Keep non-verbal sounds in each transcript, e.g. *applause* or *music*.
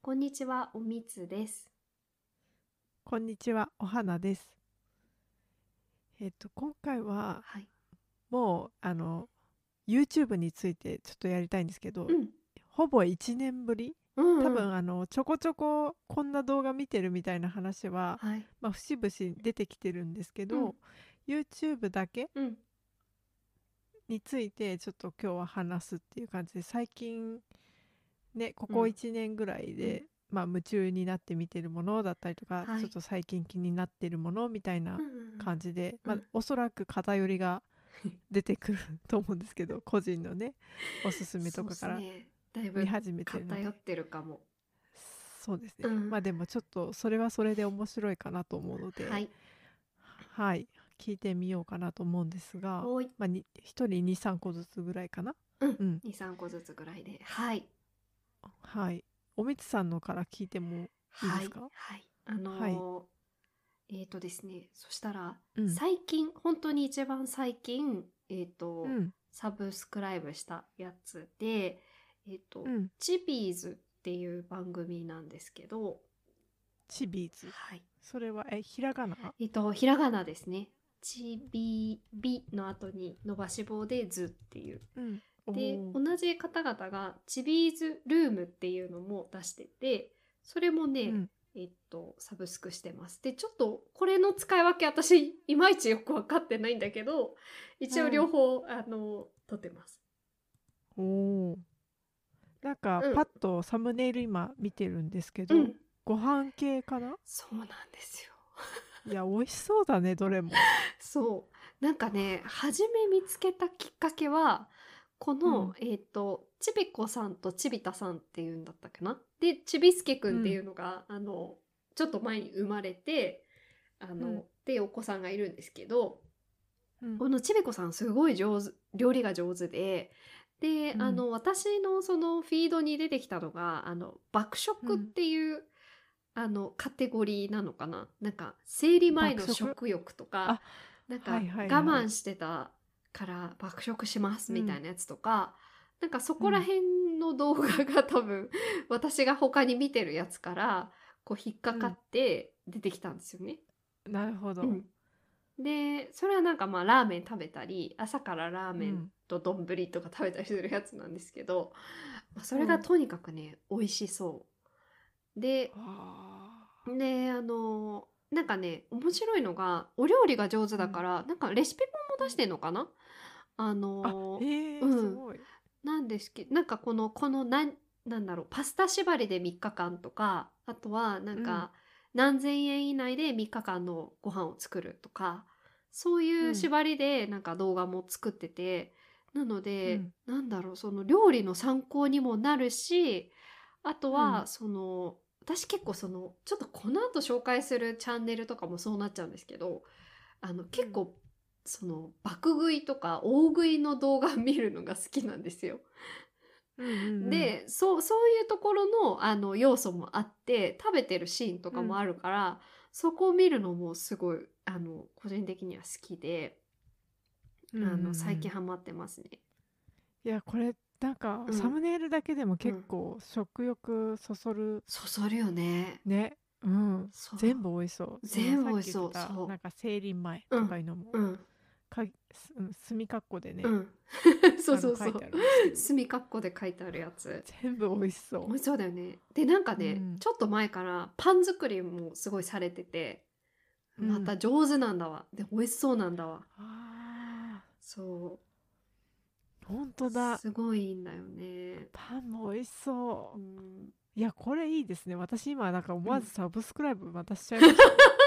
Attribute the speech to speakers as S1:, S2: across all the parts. S1: こんにちは、おみつです。
S2: こんにちは、お花です。えっと、今回は
S1: はい。
S2: もうあの YouTube についてちょっとやりたいんですけど、
S1: うん。
S2: ほぼ1年ぶり、
S1: うん、うん。
S2: 多分。あのちょこちょここんな動画見てるみたいな話は、
S1: はい。
S2: まあ、節々出てきてるんですけ
S1: う
S2: ど、
S1: ん
S2: YouTube だけ
S1: うん。
S2: についてちょっと今日は話すっていう感じで最近ねこ
S1: う
S2: こ
S1: ん
S2: 1年ぐらいで、まあ、夢中になって見てるものだったりとか、
S1: はい
S2: ちょっと最近気になってるものみたいな
S1: うんうんうん
S2: 感じで、まあ
S1: うん、
S2: おそらく偏りが出てくると思うんで
S1: *laughs*
S2: すけど個人のねおすすめとかから
S1: そうっすねだいぶ
S2: 見始めてるので
S1: 偏ってるかも。
S2: そうですね、
S1: うん
S2: まあでもちょっとそれはそれで面白いかなと思うので、
S1: はい。
S2: はい聞いてみようかなと思うんですが、
S1: おい。
S2: まあ、に1人23個ずつぐらいかな。
S1: うん
S2: うん
S1: 二三個ずつぐらいで。はい。
S2: はい。おみつさんのから聞いても、いい
S1: は
S2: で
S1: い
S2: すか。
S1: はい。あのーえっ、とですね。そしたら、
S2: うん
S1: 最近本当に一番最近えっ、と、
S2: うん、
S1: サブスクライブしたやつで、えっ、と、
S2: うん、
S1: チビーズっていう番組なんですけど、
S2: チビーズ。
S1: はい。
S2: それは、え、ひらがな。
S1: えっと、ひらがなですね。ちびびの後に伸ばし棒でずっていう。
S2: うん。
S1: で、
S2: おー
S1: 同じ方々がちびーずルームっていうのも出してて、それもね、
S2: うん
S1: えっと、サブスクしてます。で、ちょっとこれの使い分け私、いまいちよくわかってないんだけど、一応両方、あの、撮ってます。
S2: おーなんか、
S1: うん
S2: パッとサムネイル今見てるんですけど、
S1: うん。
S2: ご飯系かな。
S1: そうなんですよ。
S2: いや、美味しそうだね、どれも。
S1: そう。なんかね、初め見つけたきっかけは、この、えっ、と、ちびこさんとちびたさんっていうんだったかな。で、ちびすけくんっていうのが、あの、ちょっと前に生まれて、あの、
S2: うん
S1: で、お子さんがいるんですけど、
S2: うん
S1: このちびこさんすごい上手、料理が上手で、で、
S2: うん
S1: あの、私のそのフィードに出てきたのが、あの、爆食っていう、あの、カテゴリーなのかななんか、生理前の
S2: 爆食
S1: 食欲とか
S2: あ、
S1: なんか、
S2: はいはいはい
S1: 我慢してたから爆食しますみたいなやつとか、なんかそこら辺の動画が多分、私が他に見てるやつから、こう引っかかって出てきたんですよね。
S2: なるほど。
S1: うんでそれはなんかまあラーメン食べたり朝からラーメ
S2: う
S1: ン
S2: ん
S1: と丼とか食べたりするやつなんですけど、まあ、それ
S2: う
S1: が
S2: ん
S1: とにかくね、美味しそう。で
S2: あ
S1: であのなんかね面白いのがお料理が上手だから、なんかレシピ本も出してんのかなあ
S2: ーあ
S1: の
S2: えー
S1: うん
S2: すごい。
S1: なんですけどなんかこのこのなんなんだろうパスタ縛りで3日間とかあとはなんか、何千円以内で3日間のご飯を作るとかそういうん縛りでなんか動画も作ってて、なので、
S2: う
S1: な
S2: ん
S1: んだろうその料理の参考にもなるしあと
S2: う
S1: は
S2: ん
S1: その、私結構そのちょっとこの後紹介するチャンネルとかもそうなっちゃうんですけどあの結構、その爆食いとか大食いの動画見るのが好きなんですよ。
S2: うんうんうん、
S1: でそうそういうところのあの要素もあって食べてるシーンとかもあるから、そこを見るのもすごいあの個人的には好きで、
S2: うんうんうん、
S1: あの最近ハマってますね。
S2: いや、これ、なんか、
S1: うん
S2: サムネイルだけでも結構食欲そそる。
S1: そそるよね。
S2: ね。うん。
S1: そう
S2: 全部美味しそう。
S1: 全部美味しそう
S2: さっき言ってた
S1: そう
S2: なんか生理前とかいうのも、
S1: うん
S2: かすうん、墨かっこでね、
S1: う
S2: あ
S1: ん、 *laughs* そう
S2: の
S1: そうそ
S2: 書いうてあるんです
S1: 墨括弧で書いてあるやつ
S2: けど全部美味しそ
S1: 美味しそうだよねでなんかね、
S2: うん
S1: ちょっと前からパン作りもすごいされてて
S2: う。
S1: また
S2: うん
S1: 上手なんだわ、で美味しそうなんだわ
S2: あ
S1: そ
S2: ー本
S1: う
S2: 当だ。
S1: すごいいいんだよね
S2: パンも美味しそうう。 *laughs*
S1: ん
S2: いや、これいいですね。私今、なんか思わずサブスクライブまたしちゃい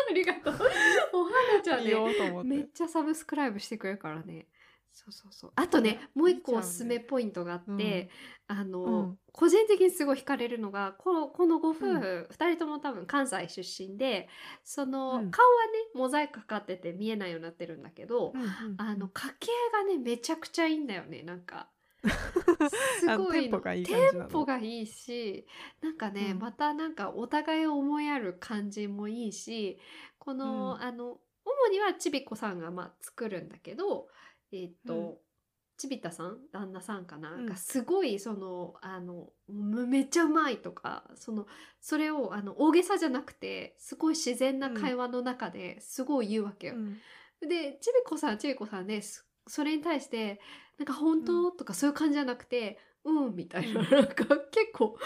S1: ありがとう。 *laughs* お花ちゃん
S2: よ
S1: ね、
S2: うと思
S1: *laughs*
S2: って。
S1: めっちゃサブスクライブしてくれるからね。そうそうそう。あとね、もう一個おすすめポイントがあって、あの、
S2: うん
S1: 個人的にすごい惹かれるのが、この、このご夫
S2: うん
S1: 婦、二、人とも多分関西出身で、その、
S2: うん
S1: 顔はね、モザイクかかってて見えないようになってるんだけど、
S2: うんうん
S1: あの、家系がね、めちゃくちゃいいんだよね、なん
S2: *laughs*
S1: か。す
S2: あの
S1: ごいの
S2: テンポがいい感じな
S1: テ
S2: の
S1: ンポがいいしなんかね、
S2: うん
S1: またなんかお互いを思いやる感じもいいしこの、
S2: うん
S1: あの主にはちびこさんがまあ作るんだけどえっ、と、ちびたさん旦那さんかな、
S2: うん
S1: がすごいそのあのむめっちゃうまいとかそのそれをあの大げさじゃなくてすごい自然な会話の中ですごい言うわけよ。
S2: うん
S1: でちびこさんはちびこさんですそれに対してなんか本当、とかそういう感じじゃなくてうんみたいな
S2: うん
S1: なんか結構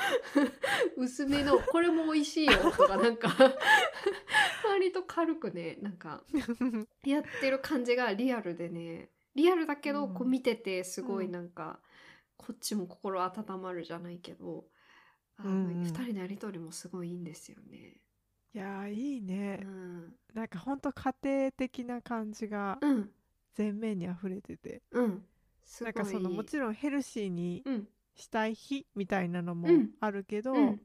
S1: *laughs* 薄めのこれも美味しいよとかなんか割と軽くねなんかやってる感じがリアルでねリアルだけど
S2: うん
S1: こう見ててすごい
S2: うん
S1: なんか、こっちも心温まるじゃないけどあの、
S2: うんうん
S1: 2人のやり取りもすごいいいんですよね。
S2: いやーいいうね
S1: ん、
S2: なんかほんと家庭的な感じが
S1: うん、
S2: 前面に溢れてて
S1: うんすご
S2: ないんかそのもちろんヘルシーに
S1: うん
S2: したい日みたいなのも
S1: うん
S2: あるけど、
S1: うん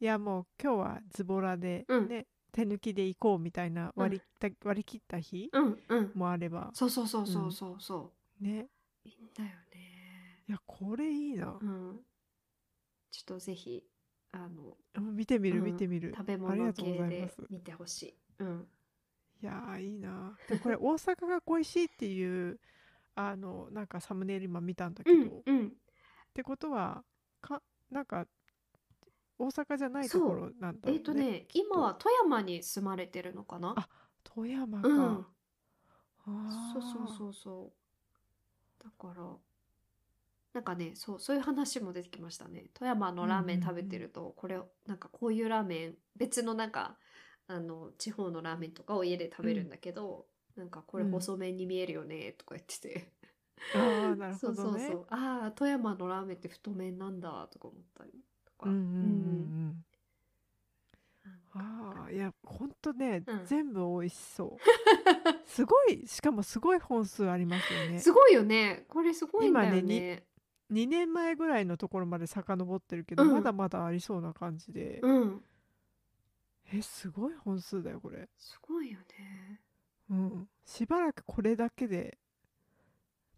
S2: いやもう今日はズボラで、ね
S1: うん
S2: 手抜きで行こうみたいな割りた、割り切った日
S1: うんうん
S2: もあれば
S1: そうそうそうそうそうそ
S2: ね
S1: う、いいんだよね
S2: いやこれいいな
S1: う、んちょっとぜひあの
S2: 見てみる
S1: うん
S2: 見てみる、
S1: 食べ
S2: あり
S1: 物
S2: がとう
S1: 系
S2: ございま
S1: です見てほしいうん
S2: いやーいいなでこれ大阪が恋しいっていうあのなんかサムネイル今見たんだけ
S1: う
S2: ど、
S1: ん
S2: っ
S1: うん
S2: てことはかなんか大阪じゃない
S1: そ
S2: と
S1: う
S2: ころなん
S1: え
S2: だろうね
S1: っ、とね
S2: きっと
S1: 今は富山に住まれてるのかな
S2: あ富山か、
S1: うん
S2: あ
S1: そう
S2: ー
S1: そうそうそうだからなんかねそうそういう話も出てきましたね富山のラーメ
S2: う
S1: ン
S2: んうんう
S1: 食
S2: ん
S1: べてると、これなんかこういうラーメン別のなんかあの地方のラーメンとかを家で食べるんだけど、なんかこれ
S2: うん
S1: 細麺に見えるよねとか言ってて、
S2: あーなる
S1: そ
S2: ほどね
S1: うそうそうああ富山のラーメンって太麺なんだとか思ったりとか、
S2: うんうん
S1: う
S2: うん
S1: ん
S2: うんうんああいやほんとね、
S1: うん
S2: 全部美味しそう
S1: *laughs*
S2: すごいしかもすごい本数ありますよね
S1: すごいよねこれすごいんだよね
S2: 今ね2年前ぐらいのところまで遡ってるけど、
S1: うん
S2: まだまだありそうな感じで、
S1: うん
S2: えすごい本数だよこれ、
S1: すごいよね
S2: うん、しばらくこれだけで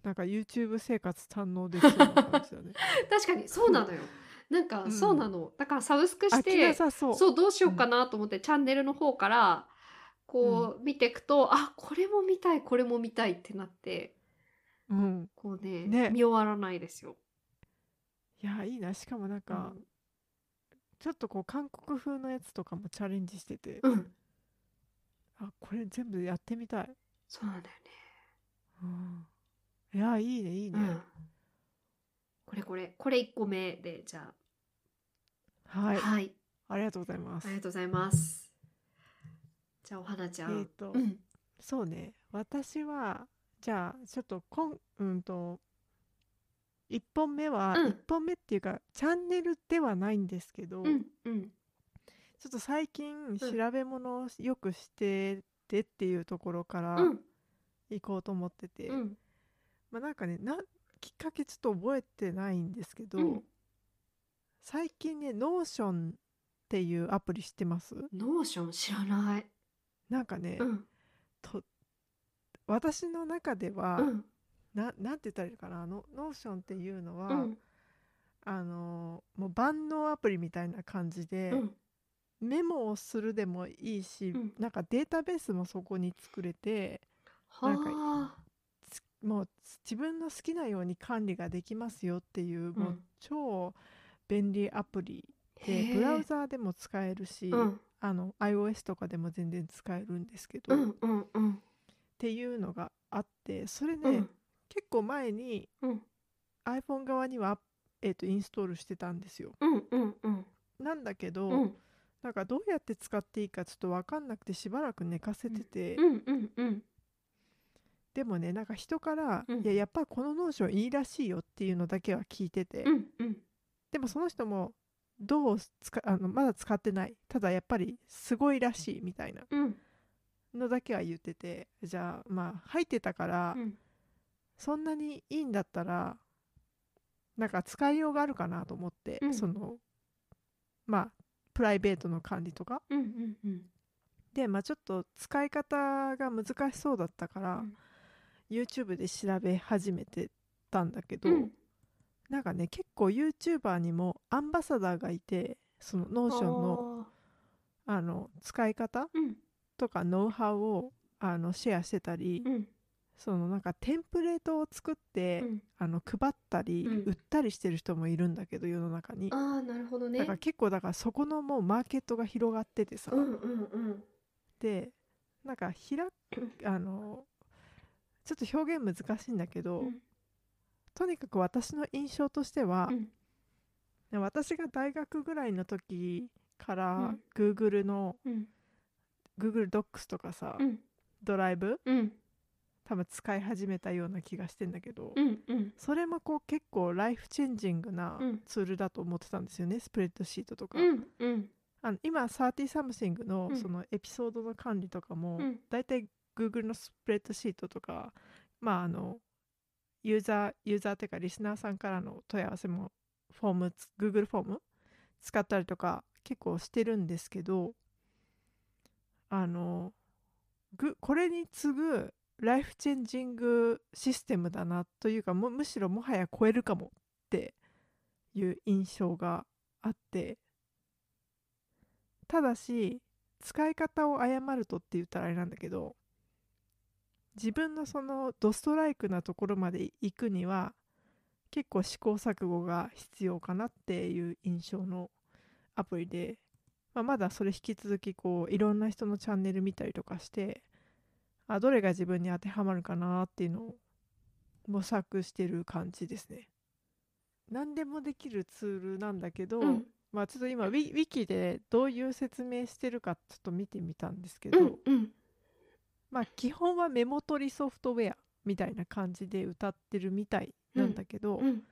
S2: なんか YouTube 生活堪能できそうな感じ
S1: *laughs*
S2: だね
S1: 確かにそうなのよなんか
S2: うん
S1: そうなの、だからサブスクし
S2: 飽きな
S1: て
S2: さそう
S1: そうどうしようかなと思って、チャンネルの方からこう見ていくと、あこれも見たいこれも見たいってなって
S2: うん、
S1: こうね
S2: ね
S1: 見終わらないですよ。
S2: いやいいなしかもなん
S1: う
S2: か、ちょっとこう韓国風のやつとかもチャレンジしてて、
S1: ん、うん、
S2: あこれ全部やってみたい、
S1: そうなんだよ
S2: いやいいねいいね、
S1: ね。うん、これこれこれ1個目でじゃあ
S2: はい
S1: はい、
S2: ありがとうございます
S1: ありがとうございます。じゃあお花ちゃん。
S2: えっと
S1: うん
S2: そうね私はじゃあちょっとこんうんと1本目は、
S1: うん
S2: 1本目っていうかチャンネルではないんですけど、
S1: う
S2: ち
S1: んうん
S2: ょっと最近調べ物をよくしててっていうところから
S1: うん
S2: 行こうと思ってて、
S1: うん
S2: まあなんかねなきっかけちょっと覚えてないんですけど、
S1: うん
S2: 最近ねノーションっていうアプリ知ってます
S1: ノーション知らない。
S2: なんかね、
S1: うん
S2: と私の中では、
S1: うん
S2: ななんて言ったらいいのかなノノーションっていうのは、
S1: うん
S2: あのもう万能アプリみたいな感じで、
S1: うん
S2: メモをするでもいいし、
S1: うん
S2: なんかデータベースもそこに作れてなんか
S1: は
S2: つもう自分の好きなように管理ができますよっていう、
S1: あ、
S2: もう超便利アプリ
S1: へ
S2: で
S1: え
S2: ブラウザーでも使えるし、
S1: うん
S2: あの iOS とかでも全然使えるんですけど、
S1: う
S2: っ
S1: んうんうん
S2: ていうのがあってそれね、
S1: うん
S2: 結構前に
S1: うん
S2: iPhone 側には、えー、とインストールしてたんですよ。
S1: うんうんうん
S2: なんだけど、
S1: うん
S2: なんかどうやって使っていいかちょっと分かんなくてしばらく寝かせてて、
S1: うんうんうん
S2: でもねなんか人から、
S1: うん
S2: いややっぱこのノーションいいらしいよっていうのだけは聞いてて、
S1: うんうん
S2: でもその人もどう使あのまだ使ってないただやっぱりすごいらしいみたいな
S1: うん
S2: のだけは言っててじゃあまあ入ってたから、
S1: うん
S2: そんなにいいんだったらなんか使いようがあるかなと思って、
S1: うん
S2: そのまあプライベートの管理とか
S1: うんうんうん
S2: で、まあ、ちょっと使い方が難しそうだったから、
S1: うん
S2: YouTube で調べ始めてたんだけど、
S1: うん
S2: なんかね結構 YouTuber にもアンバサダーがいてそのノーションのあの使い
S1: あ
S2: 方
S1: ーうん
S2: とかノウハウをあのシェアしてたり
S1: うん
S2: そのなんかテンプレートを作って、
S1: うん
S2: あの配ったり、
S1: うん
S2: 売ったりしてる人もいるんだけど世の中に。
S1: ああなるほどね
S2: だから結構だからそこのもうマーケットが広がっててさ、
S1: うんうんうん
S2: でなんか開くあのちょっと表現難しいんだけど、
S1: うん
S2: とにかく私の印象としては
S1: う、ん
S2: で私が大学ぐらいの時か
S1: う
S2: ら
S1: ん
S2: Google の、
S1: うん
S2: Google Docs とかさ、
S1: うん
S2: ドライブ
S1: うん
S2: 多分使い始めたような気がしてんだけど、
S1: うんうん
S2: それもこう結構ライフチェンジングな
S1: うん
S2: ツールだと思ってたんですよね、スプレッドシートとか。
S1: うんうん
S2: あの今30サムシングの
S1: うん
S2: そのエピソードの管理とかも、
S1: うん
S2: だいたい Google のスプレッドシートとかまああのユーザーユーザーというかリスナーさんからの問い合わせもフォームつ Google フォーム使ったりとか結構してるんですけどあのぐこれに次ぐライフチェンジングシステムだなというかむむしろもはや超えるかもっていう印象があってただし使い方を誤るとって言ったらあれなんだけど自分のそのドストライクなところまで行くには結構試行錯誤が必要かなっていう印象のアプリで、まあ、まだそれ引き続きこういろんな人のチャンネル見たりとかしてあどれが自分に当てはまるかなっていうのを模索してる感じですね。何でもできるツールなんだけど、
S1: うん
S2: まあちょっと今ウィウィキでどういう説明してるかちょっと見てみたんですけど、
S1: うんうん
S2: まあ基本はメモ取りソフトウェアみたいな感じで歌ってるみたいなんだけど、
S1: うん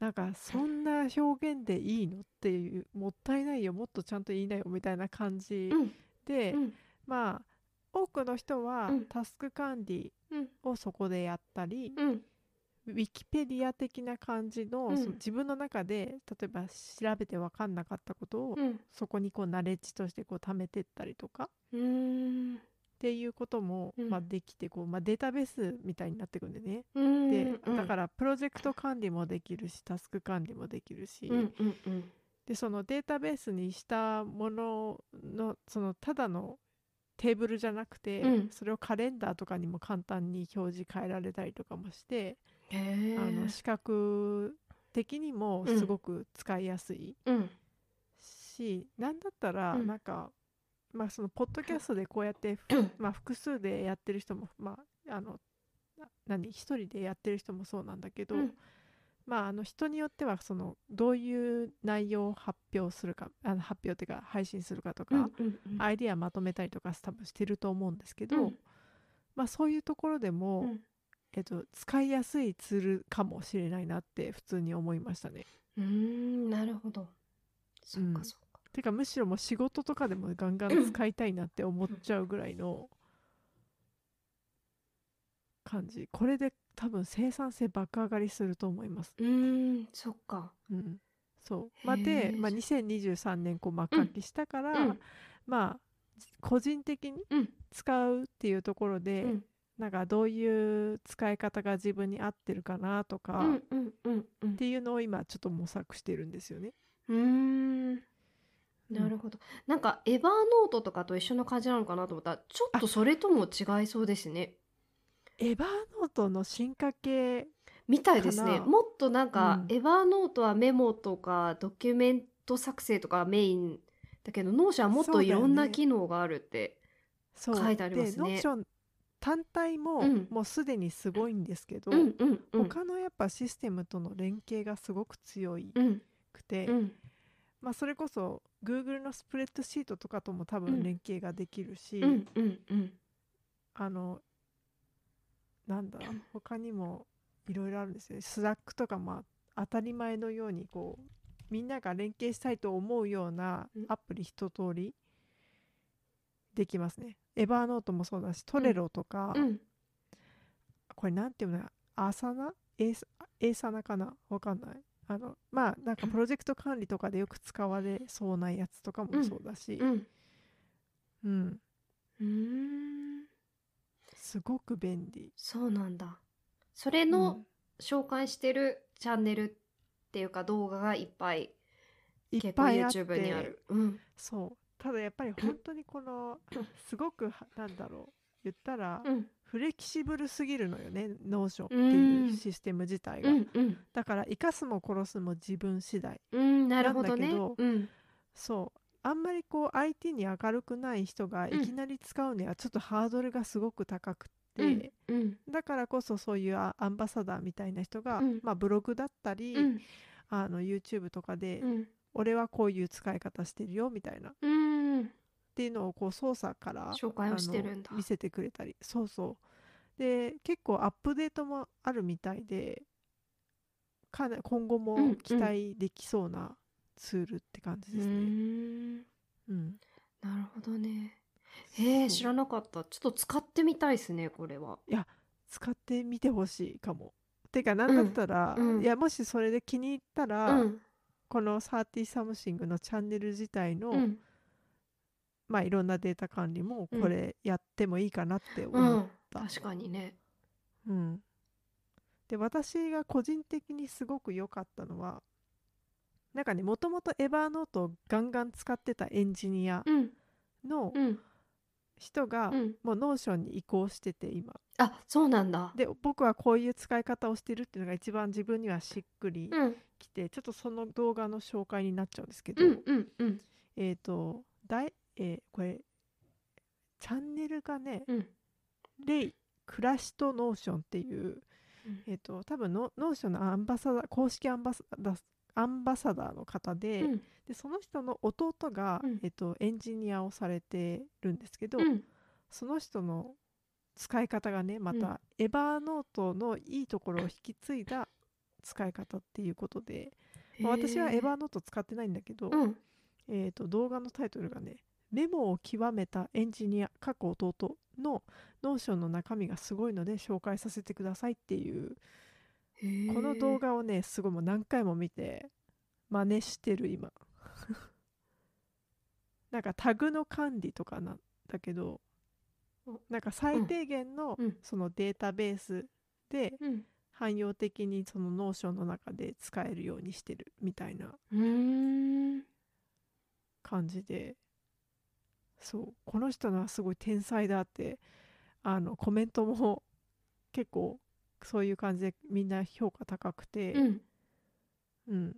S2: なんかそんな表現でいいのっていうもったいないよもっとちゃんと言いなよみたいな感じ
S1: うん
S2: で、
S1: うん
S2: まあ多くの人は
S1: うん
S2: タスク管理
S1: うん
S2: をそこでやったり、
S1: うん
S2: ウィキペディア的な感じの,、
S1: うん
S2: その自分の中で例えば調べて分かんなかったことを、
S1: うん
S2: そこにこうナレッジとしてこう貯めてったりとかっ
S1: うーん
S2: ていうことも、
S1: うん
S2: まあ、できてこう、まあ、データベースみたいになってくんでね。
S1: うん
S2: でだかららプロジェクト管理もできるしタスク管理もできるし、
S1: うんうんうん
S2: でそのデータベースにしたもののそのただのテーブルじゃなくて、
S1: うん
S2: それをカレンダーとかにも簡単に表示変えられたりとかもして、
S1: へえ
S2: あの視覚的にもすごく使いやすい
S1: うん
S2: し、なんだったら
S1: うん
S2: なんか、まあそのポッドキャストでこうや
S1: *laughs*
S2: って、まあ、複数でやってる人もまああのな何一人でやってる人もそうなんだけど、
S1: うん
S2: まああの人によってはそのどういう内容を発表するかあの発表っていうか配信するかとか、
S1: うんうん
S2: アイディアまとめたりとか多分してると思うんですけど、
S1: うん
S2: まあそういうところでも、
S1: うん
S2: えっと、使いやすいツールかもしれないなって普通に思いましたね。
S1: うーんなるほどそっ
S2: う
S1: か
S2: ん
S1: そっか
S2: てかむしろもう仕事とかでもガンガン使いたいなって思っちゃうぐらいの感じこれで多分生産性爆上がりすると思います。
S1: うーんそっか
S2: うん、そう
S1: へー
S2: まあで、まあ、
S1: じ
S2: 2023年こう幕開きしたから、
S1: うん
S2: まあ個人的に
S1: うん
S2: 使うっていうところ
S1: う
S2: で、
S1: ん
S2: なんかどういう使い方が自分に合ってるかなとか、
S1: う
S2: っ
S1: んうんうんうん
S2: ていうのを今ちょっと模索してるんですよね。
S1: うーんなるほど、なんかエヴァーノートとかと一緒の感じなのかなと思ったらちょっとそれとも違いそうですね
S2: エヴァーノートの進化系
S1: みたいですね
S2: かな
S1: もっとなんか、
S2: うん
S1: エヴァーノートはメモとかドキュメント作成とかメインだけどノーシャはもっ
S2: そう
S1: と
S2: だよ
S1: いろ
S2: ね
S1: んな機能があるって
S2: そう
S1: 書いてありますね
S2: でノーション単体も、
S1: うん
S2: もうすでにすごいんですけど、
S1: う,、んうんうん
S2: 他のやっぱシステムとの連携がすごく強い
S1: うん
S2: くて、
S1: うん
S2: まあ、それこそ Google のスプレッドシートとかとも多
S1: うん
S2: 分連携ができるし、
S1: うんうんうん
S2: あのなんだ他にもいろいろあるんですよね。スラックとかまあ当たり前のようにこうみんなが連携したいと思うような
S1: うん
S2: アプリ一通りできますね。エバーノートもそうだしトレロとか、
S1: うん
S2: これなんていうのアサナエーサエーサナかなわかんないあのまあなんかプロジェクト管理とかでよく使われそうなやつとかもそうだし、
S1: うん
S2: うん
S1: うーん
S2: すごく便利
S1: そうなんだそれの紹介してるチャンネルっていうか動画がいっぱい
S2: うんいっ
S1: 結構
S2: ぱいあって
S1: YouTube にあるうん
S2: そうただやっぱり本当にこのすごくはなんだろう言ったら
S1: うん
S2: 不フレキシブルすぎるのよねノーションっていうシステム自体が、
S1: うんうん
S2: だから生かすも殺すも自分次第
S1: うんなるほどね
S2: なんだけど
S1: うん
S2: そうあんまりこう IT に明るくない人が
S1: うん
S2: いきなり使うにはちょっとハードルがすごく高くって、
S1: うんうん
S2: だからこそそういうあアンバサダーみたいな人が、
S1: うん
S2: まあ、ブログだったり、
S1: うん
S2: あの YouTube とかで、
S1: うん
S2: 俺はこういう使い方してるよみたいなっ
S1: うん
S2: ていうのをこう操作から
S1: 紹介をしてるんだ
S2: あの見せてくれたりそうそうで結構アップデートもあるみたいでかな今後
S1: うんうん
S2: も期待できそうなツールって感じ
S1: う
S2: ですね。
S1: ん
S2: うん
S1: なるほどねへえ
S2: そう
S1: 知らなかったちょっと使ってみたいですねこれは
S2: 使ってみてほしいかも。てかなんだったら、
S1: うんうん
S2: いやもしそれで気に入ったら、
S1: うん
S2: この30サムシングのチャンネル自体の、
S1: うん
S2: まあいろんなデータ管理もこれやってもいいかなって
S1: う
S2: 思っ
S1: ん
S2: た。
S1: 確かにね
S2: うん、で私が個人的にすごく良かったのはなんかねもともとエバーノートをガンガン使ってたエンジニア
S1: うん
S2: の
S1: うん
S2: 人が、
S1: うん
S2: もうノーションに移行してて今
S1: あそうなんだ
S2: で僕はこういう使い方をしてるっていうのが一番自分にはしっくり
S1: うん
S2: きて、ちょっとその動画の紹介になっちゃうんですけど、
S1: うんうんうん
S2: えっ、とだい、えーこれチャンネルがね
S1: うん
S2: 「レイ暮らしとノーション」っていう
S1: うん
S2: えっと多分ノノーションのアンバサダー公式アンバサダーアンバサダーの方で,、
S1: うん
S2: でその人の弟が、
S1: うん
S2: えっとエンジニアをされてるんですけど、
S1: うん
S2: その人の使い方がねま
S1: うん
S2: たエバーノートのいいところを引き継いだ使い方っていうことで、まあ私はエバーノート使ってないんだけど、
S1: うん
S2: えっと動画のタイトルがねメモを極めたエンジニア過去弟のノーションの中身がすごいので紹介させてくださいっていうこの動画をねすごいもう何回も見て真似してる今 *laughs* なんかタグの管理とかなんだけど
S1: お
S2: なんか最低限の
S1: うん
S2: そのデータベースで
S1: うん
S2: 汎用的にそのノーションの中で使えるようにしてるみたいな
S1: うーん
S2: 感じでそうこの人のはすごい天才だってあのコメントも *laughs* 結構そういう感じでみんな評価高くて。
S1: うん
S2: うん、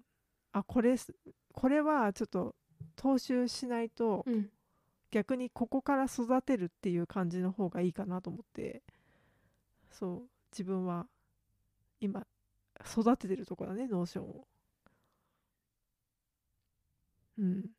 S2: あこれすこれはちょっと踏襲しないと
S1: うん
S2: 逆にここから育てるっていう感じの方がいいかなと思ってそう自分は今育ててるとこだねノーションを。うん、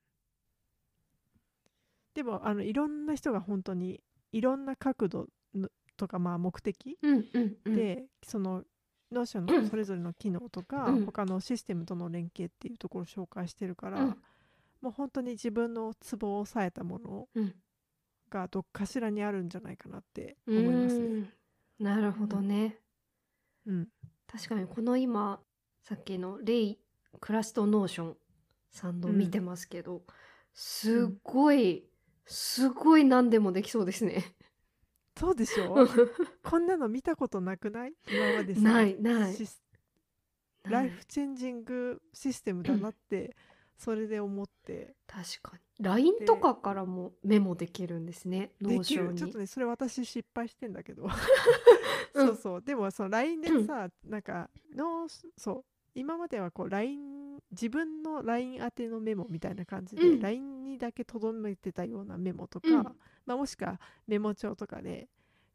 S2: でもあのいろんな人が本当にいろんな角度のとかまあ目的
S1: うんうんうん
S2: で、そのノーション
S1: うん
S2: のそれぞれの機能とか、
S1: うん
S2: 他のシステムとの連携っていうところを紹介してるから、
S1: うん
S2: もう本当に自分のツボを押さえたもの
S1: うん
S2: がどっかしらにあるんじゃないかなって思います
S1: う
S2: ね。
S1: んなるほどね
S2: うん、
S1: 確かにこの今さっきのレイクラストノーションさんの見てますけど、すっごい、すごい何でもできそうですね。
S2: そうでし
S1: *laughs*
S2: ょ *laughs* こんなの見たことなくない今までさ
S1: ないない
S2: シスライフチェンジングシステムだなってそれで思って
S1: 確かに LINE とかからもメモできるんですねノ
S2: で
S1: ー
S2: き
S1: ショ
S2: る
S1: ン
S2: ちょっ
S1: に
S2: と。ねそれ私失敗してんだけ
S1: *laughs*
S2: ど
S1: うん
S2: そうそうでもその LINE でさ、なんかのそう今まではこう LINE 自分の LINE 宛てのメモみたいな感じで、
S1: うん
S2: LINE にだけとどめてたようなメモとか、
S1: うん
S2: まあ、もしくはメモ帳とかで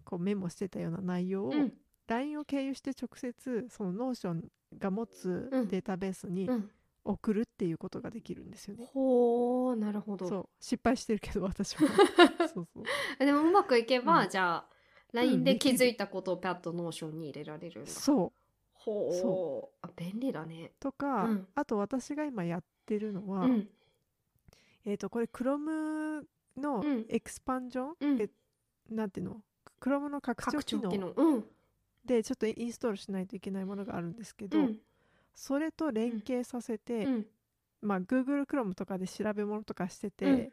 S2: こうメモしてたような内容を、
S1: うん
S2: LINE を経由して直接その Notion が持つ
S1: うん
S2: データベースに
S1: うん、
S2: 送るっていうことができるんですよね。
S1: ほうなるほ
S2: そ
S1: ど。
S2: う失敗してるけど私
S1: *laughs*
S2: はそうそう
S1: でもうまくいけば、
S2: うん
S1: じゃあ
S2: う
S1: LINE
S2: ん
S1: で
S2: で
S1: 気
S2: きる
S1: づいたことをパッとノーションに入れられるんだ。
S2: そう
S1: ほ
S2: そう
S1: あ便利だね。
S2: とか、
S1: うん
S2: あと私が今やってるの
S1: う
S2: は、
S1: ん
S2: えっ、とこれ Chrome の
S1: うん
S2: エクスパンジョン、
S1: うん
S2: えなんていうの Chrome の拡張
S1: 拡
S2: 機
S1: 張
S2: 能
S1: 機能。うん
S2: でちょっとインストールしないといけないものがあるんですけ
S1: う
S2: ど、
S1: ん
S2: それと連携させて、
S1: うん
S2: まあ、Google Chrome とかで調べ物とかしてて、
S1: うん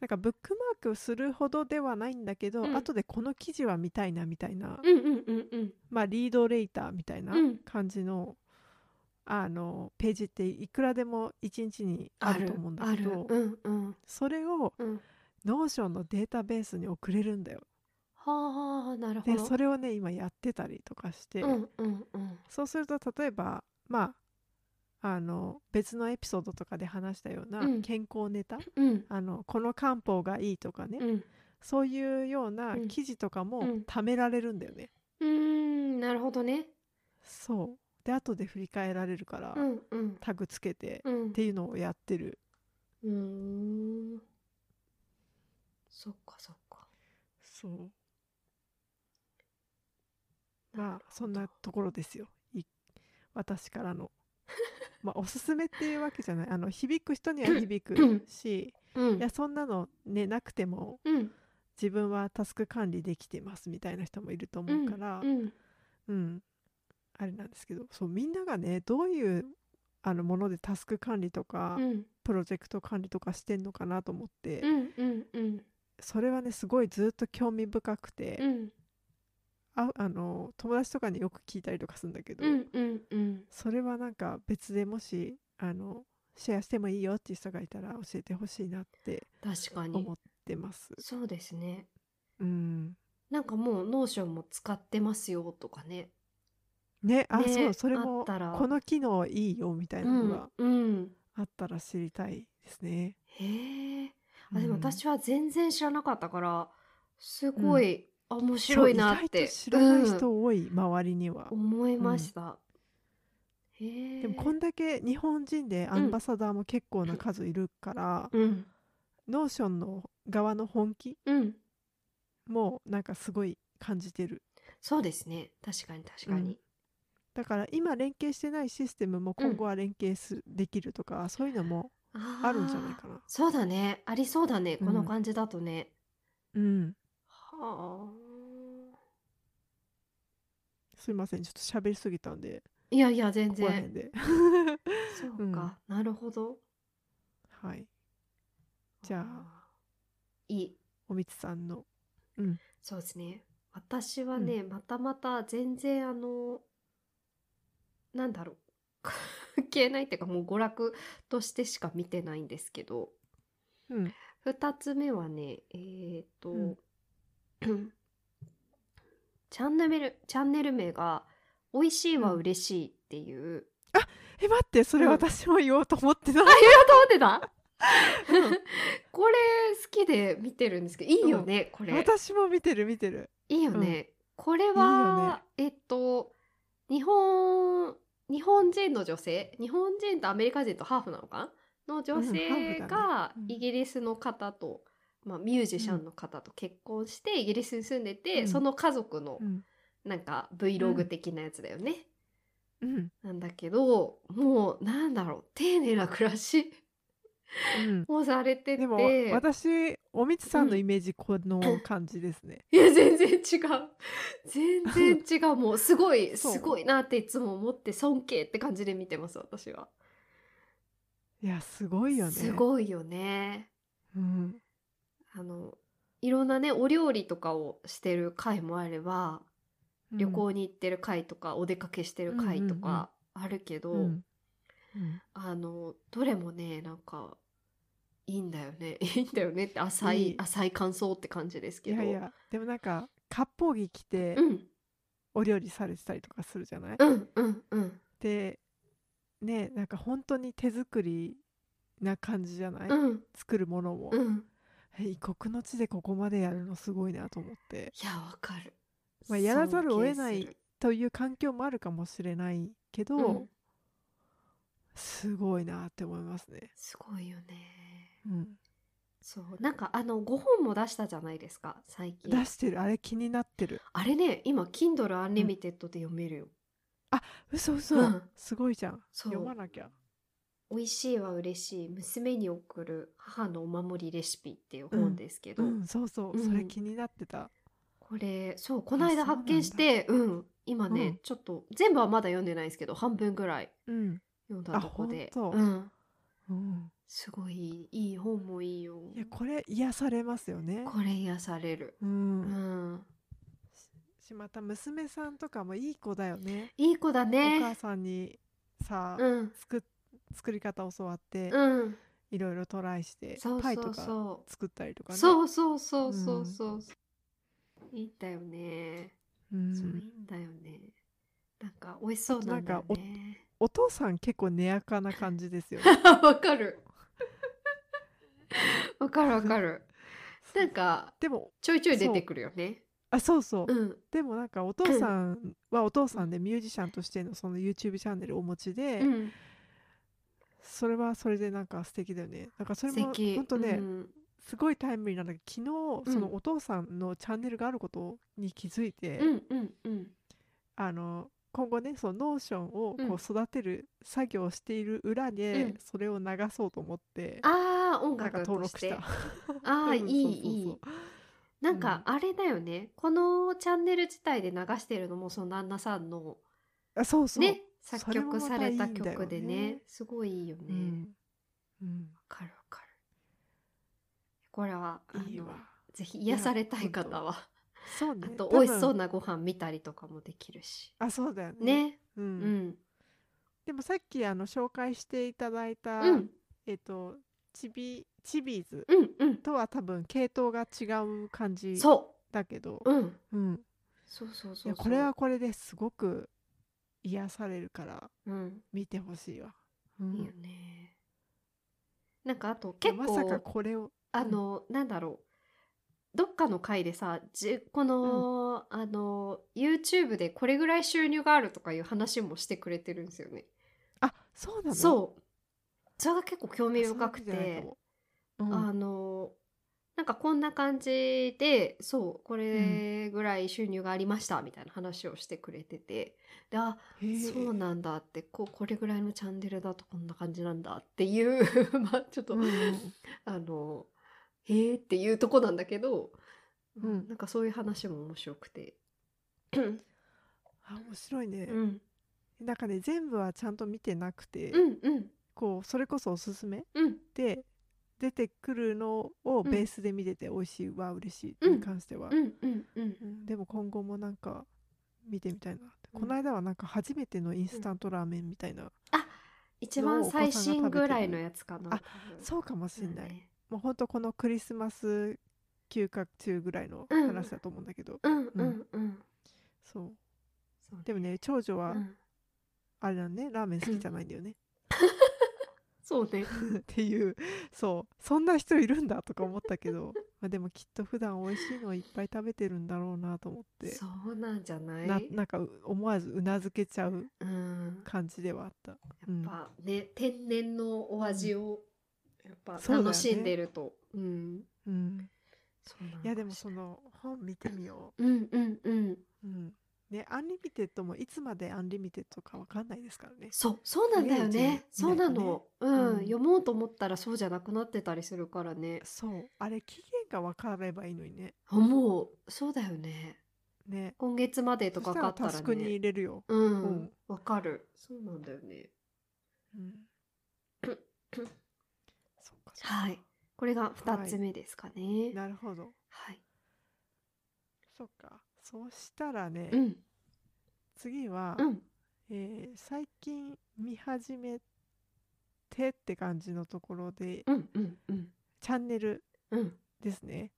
S2: なんかブックマークするほどではないんだけど、
S1: うん
S2: 後でこの記事は見たいなみたいな、
S1: うんうんうんうん。
S2: まあ、リードレイターみたいな
S1: うん
S2: 感じの,、あのページっていくらでも1日にあると思うんだけ
S1: ある
S2: ど。
S1: うんうん
S2: それを
S1: うん。
S2: ノーションのデータベースに送れるんだよ。
S1: はあなるほ
S2: で
S1: ど。
S2: それをね今やってたりとかして、
S1: うんうんうん。
S2: そうすると例えばまああの別のエピソードとかで話したような
S1: うん
S2: 健康ネタ、
S1: うん
S2: あのこの漢方がいいとかね、
S1: うん。
S2: そういうような
S1: うん
S2: 記事とかも
S1: うん
S2: 貯められるんだよね。
S1: うーんなるほどね。
S2: そうで後で振り返られるから、
S1: うんうん。
S2: タグつけて、
S1: う
S2: っ
S1: ん
S2: ていうのをやってる。
S1: うーん。そっかそっか。
S2: そう
S1: なるほ
S2: まあ
S1: ど
S2: そんなところですよい私からのまあおすすめっていうわけじゃないあの響く人には響くし
S1: うん
S2: いやそんなのねなくても
S1: うん
S2: 自分はタスク管理できてますみたいな人もいると
S1: う
S2: 思うんから
S1: う、ん
S2: うん、あれなんですけどそうみんながねどういうあのものでタスク管理とか、
S1: うん
S2: プロジェクト管理とかしてんのかなと思って、
S1: うんうんうん
S2: それはねすごいずっと興味深くて、
S1: うん
S2: ああの友達とかによく聞いたりとかするんだけど、
S1: うんうんうん
S2: それはなんか別でもしあのシェアしてもいいよっていう人がいたら教えてほしいなって
S1: 確かに
S2: 思ってます。
S1: そうですね
S2: うん、
S1: なんかもうノーションも使ってますよとかね
S2: ねあ
S1: ね
S2: そうそれ
S1: あ
S2: も
S1: ったら
S2: この機能いいよみたいなのが
S1: うんうん
S2: あったら知りたいですね。
S1: へえあで
S2: う
S1: も
S2: ん
S1: 私は全然知らなかったからすごい、あ面白いなっ
S2: そう意外
S1: て
S2: と知らない
S1: うん
S2: 人多い、周りには。
S1: 思いました、へえ
S2: でもこんだけ日本人でアンバサダーも結構な数いるから、
S1: うん
S2: ノーションの側の本気
S1: うん
S2: もなんかすごい感じてる。
S1: そうですね確かに確かに、
S2: だから今連携してないシステムも今後は連携す、できるとかそういうのも
S1: あー
S2: あるんじゃないかな。
S1: そうだねありそうだねこ
S2: う
S1: の
S2: ん
S1: 感じだとね、
S2: うん、
S1: はあ
S2: すいませんちょっと喋りすぎたんで
S1: いやいや全
S2: ここら辺
S1: 然
S2: で。 *laughs*
S1: そうか、なるほど
S2: はい、じゃあ
S1: あーいい
S2: おみつさんの。
S1: そうですね私はね、またまた全然あのなんだろう *laughs* 関係ないっていうかもう娯楽としてしか見てないんですけど
S2: うん
S1: 2つ目はねえっ、と、
S2: うん
S1: *clears throat* チャンネルチャンネル名が「美味しいは嬉しい」っていう、
S2: え待ってそれ
S1: うん
S2: 私も言おうと思っ
S1: *laughs*
S2: てない。
S1: 思って *laughs* たこれ好きで見てるんですけどいいよね、これ
S2: 私も見てる見てる。
S1: いいよね、これはえっと日本日本人の女性日本人とアメリカ人とハーフなのかなの女
S2: うんハー
S1: 性
S2: フだね
S1: が
S2: うん
S1: イギリスの方と、まあ、ミュージシャンの方と結婚してイギリスに住んでて、
S2: うん
S1: その家族の
S2: うん
S1: なんか
S2: う
S1: Vlog
S2: ん
S1: 的なやつだよね、
S2: うん
S1: なんだけどもうなんだろう丁寧な暮らし
S2: うん
S1: をされてて
S2: でも私おみつさんのイメージこの感じですね。
S1: いや全然違う全然違うもうすごい
S2: *laughs* そう
S1: すごいなっていつも思って尊敬って感じで見てます私はい
S2: やすごいよね。
S1: すごいよね
S2: うん
S1: あのいろんなねお料理とかをしてる回もあれば、
S2: うん
S1: 旅行に行ってる回とかお出かけしてる回とかあるけど、
S2: うんうん
S1: あのどれもねなんかいいんだよね *laughs* いいんだよねって浅い
S2: いい
S1: 浅い感想って感じです
S2: い
S1: けど
S2: やいやでもなんか割烹着着て
S1: うん
S2: お料理されてたりとかするじゃない、
S1: うんうんうん
S2: でねなんか本当に手作りな感じじゃない、
S1: うん
S2: 作るものも、
S1: うん
S2: え異国の地でここまでやるのすごいなと思って
S1: いやわかる、
S2: まあやらざるを
S1: 尊敬
S2: 得ない
S1: する
S2: という環境もあるかもしれないけど、
S1: うん
S2: すごいなって思いますね。
S1: すごいよね
S2: うん、
S1: そうなんかあの5本も出したじゃないですか最近
S2: 出してるあれ気になってる
S1: あれね今 Kindle Unlimited で読めるよ、
S2: 嘘嘘、
S1: うん
S2: すごいじゃん
S1: そう
S2: 読まなきゃ
S1: 美味しいは嬉しい娘に送る母のお守りレシピっていう本ですけど、
S2: うんそうそう、
S1: うん
S2: それ気になってた
S1: これそうこの間
S2: そうなん
S1: 発
S2: だ
S1: 見してうん今ね、
S2: うん
S1: ちょっと全部はまだ読んでないですけど半分ぐらい
S2: うん、
S1: 読んだとこで
S2: あほんと
S1: うん
S2: うん、
S1: すごいいい本もいいよ
S2: いやこれ癒されますよね
S1: これ癒される
S2: う、
S1: うんん
S2: しまた娘さんとかもいい子だよね、
S1: いい子だ
S2: お母
S1: ね
S2: さんにさ、
S1: うん
S2: 作っ作り方教わって、
S1: うん
S2: いろいろトライして
S1: そう
S2: パイ
S1: そ
S2: と
S1: う
S2: か
S1: そう
S2: 作ったりとかね
S1: そうそうそうそうそうそう、いいんだよね。そ
S2: う
S1: ういい
S2: ん、
S1: んだよね。なんか美味しそうなんだよ
S2: なん
S1: ね。
S2: お父さん結構根やかな感じですよね。
S1: わかる。わかるわかる。 *laughs* *laughs* なんか
S2: でも
S1: ちょいちょい出てくるよね。
S2: あそうそう、
S1: うん
S2: でもなんかお父さんはお父さんでミュージシャンとしてのその YouTube チャンネルをお持ちで、
S1: うん。
S2: それはそれでなんか素敵だよねなんかそれ
S1: 素
S2: も
S1: 敵。
S2: 本当ね、
S1: うん
S2: すごいタイムリーなんだけど昨日そのお父さんのチャンネルがあることに気づいて、
S1: うんうんうん。
S2: あの今後ねそのノーションを
S1: うん
S2: こう育てる作業をしている裏で、
S1: うん
S2: それを流そうと思って、
S1: ああ音
S2: なんか
S1: 楽
S2: 登
S1: として
S2: 録し。た。
S1: ああ
S2: *laughs* う
S1: い
S2: ん
S1: い
S2: そうそう
S1: い
S2: そう
S1: い。なんかあれだよね。このチャンネル自体で流してるのもその旦那さんの
S2: あそうそう、
S1: ね
S2: そ
S1: 作
S2: れも
S1: 曲
S2: ま
S1: さ
S2: たい
S1: れ
S2: いんだ
S1: た
S2: よね
S1: 曲でねすごいいいよね。
S2: う
S1: わ、
S2: んうん、
S1: かるわかる。これはあの
S2: いいわ
S1: ぜひ癒されたい方は
S2: そう
S1: あ
S2: ね
S1: と
S2: 多
S1: 美味しそう
S2: 分
S1: なご飯見たりとかもできるし。
S2: あそうだよね
S1: ね。
S2: う
S1: うんん。
S2: でもさっきあの紹介していただいた、
S1: うん
S2: えっとチビチビーズ
S1: うんうん。
S2: とは多分系統が違う感じ
S1: そ
S2: だけど、
S1: う。うん。
S2: うん、
S1: そうそうそうそう。
S2: いやこれはこれですごく癒されるから
S1: うん
S2: 見てほしいわ。う
S1: いいよ
S2: ん、
S1: ね。なんかあと結構
S2: まさかこれを
S1: あの、なんだろうどっかの回でさじこの、あの YouTube でこれぐらい収入があるとかいう話もしてくれてるんですよね。
S2: あそうなのう
S1: そうそれが結構興味深く
S2: そんなのじゃないか
S1: て
S2: もうん
S1: あのなんかこんな感じでそうこれぐらい収入がありましたみたいな話をしてくれててであ
S2: へえ
S1: そうなんだってこうこれぐらいのチャンネルだとこんな感じなんだっていう *laughs* まあちょっと、
S2: うんうん
S1: あのへえっていうとこなんだけど、
S2: うん
S1: なんかそういう話も面白くて、
S2: あ面白いね
S1: う、ん、
S2: なんかね全部はちゃんと見てなくて、
S1: うんうん
S2: こうそれこそおすすめ
S1: うん
S2: で出てくるのをベースで見てて美味しいわ嬉しい
S1: うん
S2: に関しては、
S1: うんうんうん
S2: うんでも今後もなんか見てみたいなって、
S1: うん
S2: この間はなんか初めてのインスタントラーメンみたいな、
S1: 一番最新ぐらいのやつかな
S2: あそうかもしんない、
S1: うんね
S2: もうほんとこのクリスマス休暇中ぐらいの
S1: うん
S2: 話だと思うんだけど、
S1: うんうんうん
S2: そう
S1: そうね
S2: でもね長女は
S1: うん
S2: あれだねラーメン好きじゃないんだよね、
S1: そうね
S2: *laughs* っていうそうそんな人いるんだとか思った
S1: *laughs*
S2: けどまあでもきっと普段美味しいのをいっぱい食べてるんだろうなと思って
S1: そうなんじゃない
S2: ななんかう思わずうなずけちゃう
S1: うん
S2: 感じではあった、うん
S1: やっぱね天然のお味をやっぱ
S2: そうだよね
S1: 楽しんでるとうん
S2: うん、
S1: そうなのかし
S2: い
S1: ら
S2: やでもその本見てみよ
S1: うんうんうん
S2: う、うん、ねアンリミテッドもいつまでアンリミテッドかわかんないですからね
S1: そうそうなんだよ
S2: 早いうちに見ない
S1: ね
S2: とね
S1: そうなのうん、
S2: うん
S1: 読もうと思ったらそうじゃなくなってたりするからね
S2: そうあれ期限が分かればいいのにね
S1: あもうそうだよね
S2: ね
S1: 今月までと
S2: そ
S1: か
S2: し
S1: かから
S2: た
S1: ったら
S2: タ
S1: ね
S2: スクに入れるよ、
S1: うんわ、
S2: うん
S1: かるそうなんだよね *coughs*
S2: うん、そっかそっか
S1: はいこれが二つ目ですかね
S2: なるほど
S1: はい、
S2: そっかそうしたらね、
S1: うん
S2: 次は、
S1: うん
S2: えー最近見始めてって感じのところで、
S1: うんうんうん
S2: チャンネル
S1: うん
S2: ですね。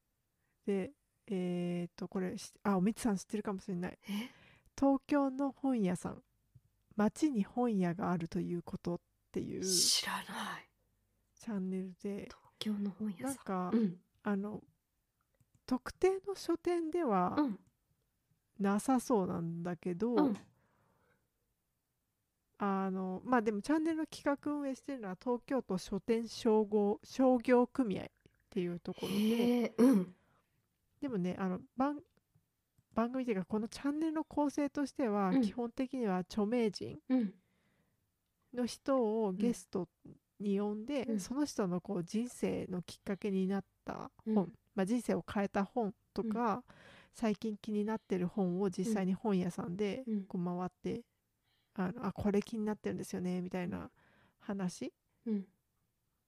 S2: で、えっと、これし、あ、おみつさん知ってるかもしれない。
S1: え
S2: 東京の本屋さん。街に本屋があるということっていうチ
S1: 知らない
S2: ャンネルで、
S1: 東京の本屋
S2: なん
S1: さん
S2: か
S1: う、ん
S2: あの、特定の書店では
S1: うん
S2: なさそうなんだけど、
S1: うん
S2: あの、まあでもチャンネルの企画運営してるのは東京都書店商業、商業組合っていうところで、
S1: へえうん
S2: でもね、あの番、番組というか、このチャンネルの構成としては、
S1: うん
S2: 基本的には著名人
S1: うん
S2: の人をゲストに呼んで、
S1: うん
S2: その人のこう人生のきっかけになった
S1: うん
S2: 本、まあ、人生を変えた本とか、最近気になってる本を実際に本屋さんで
S1: うん
S2: こう回って、あのあこれ気になってるんですよねみたいな話
S1: うん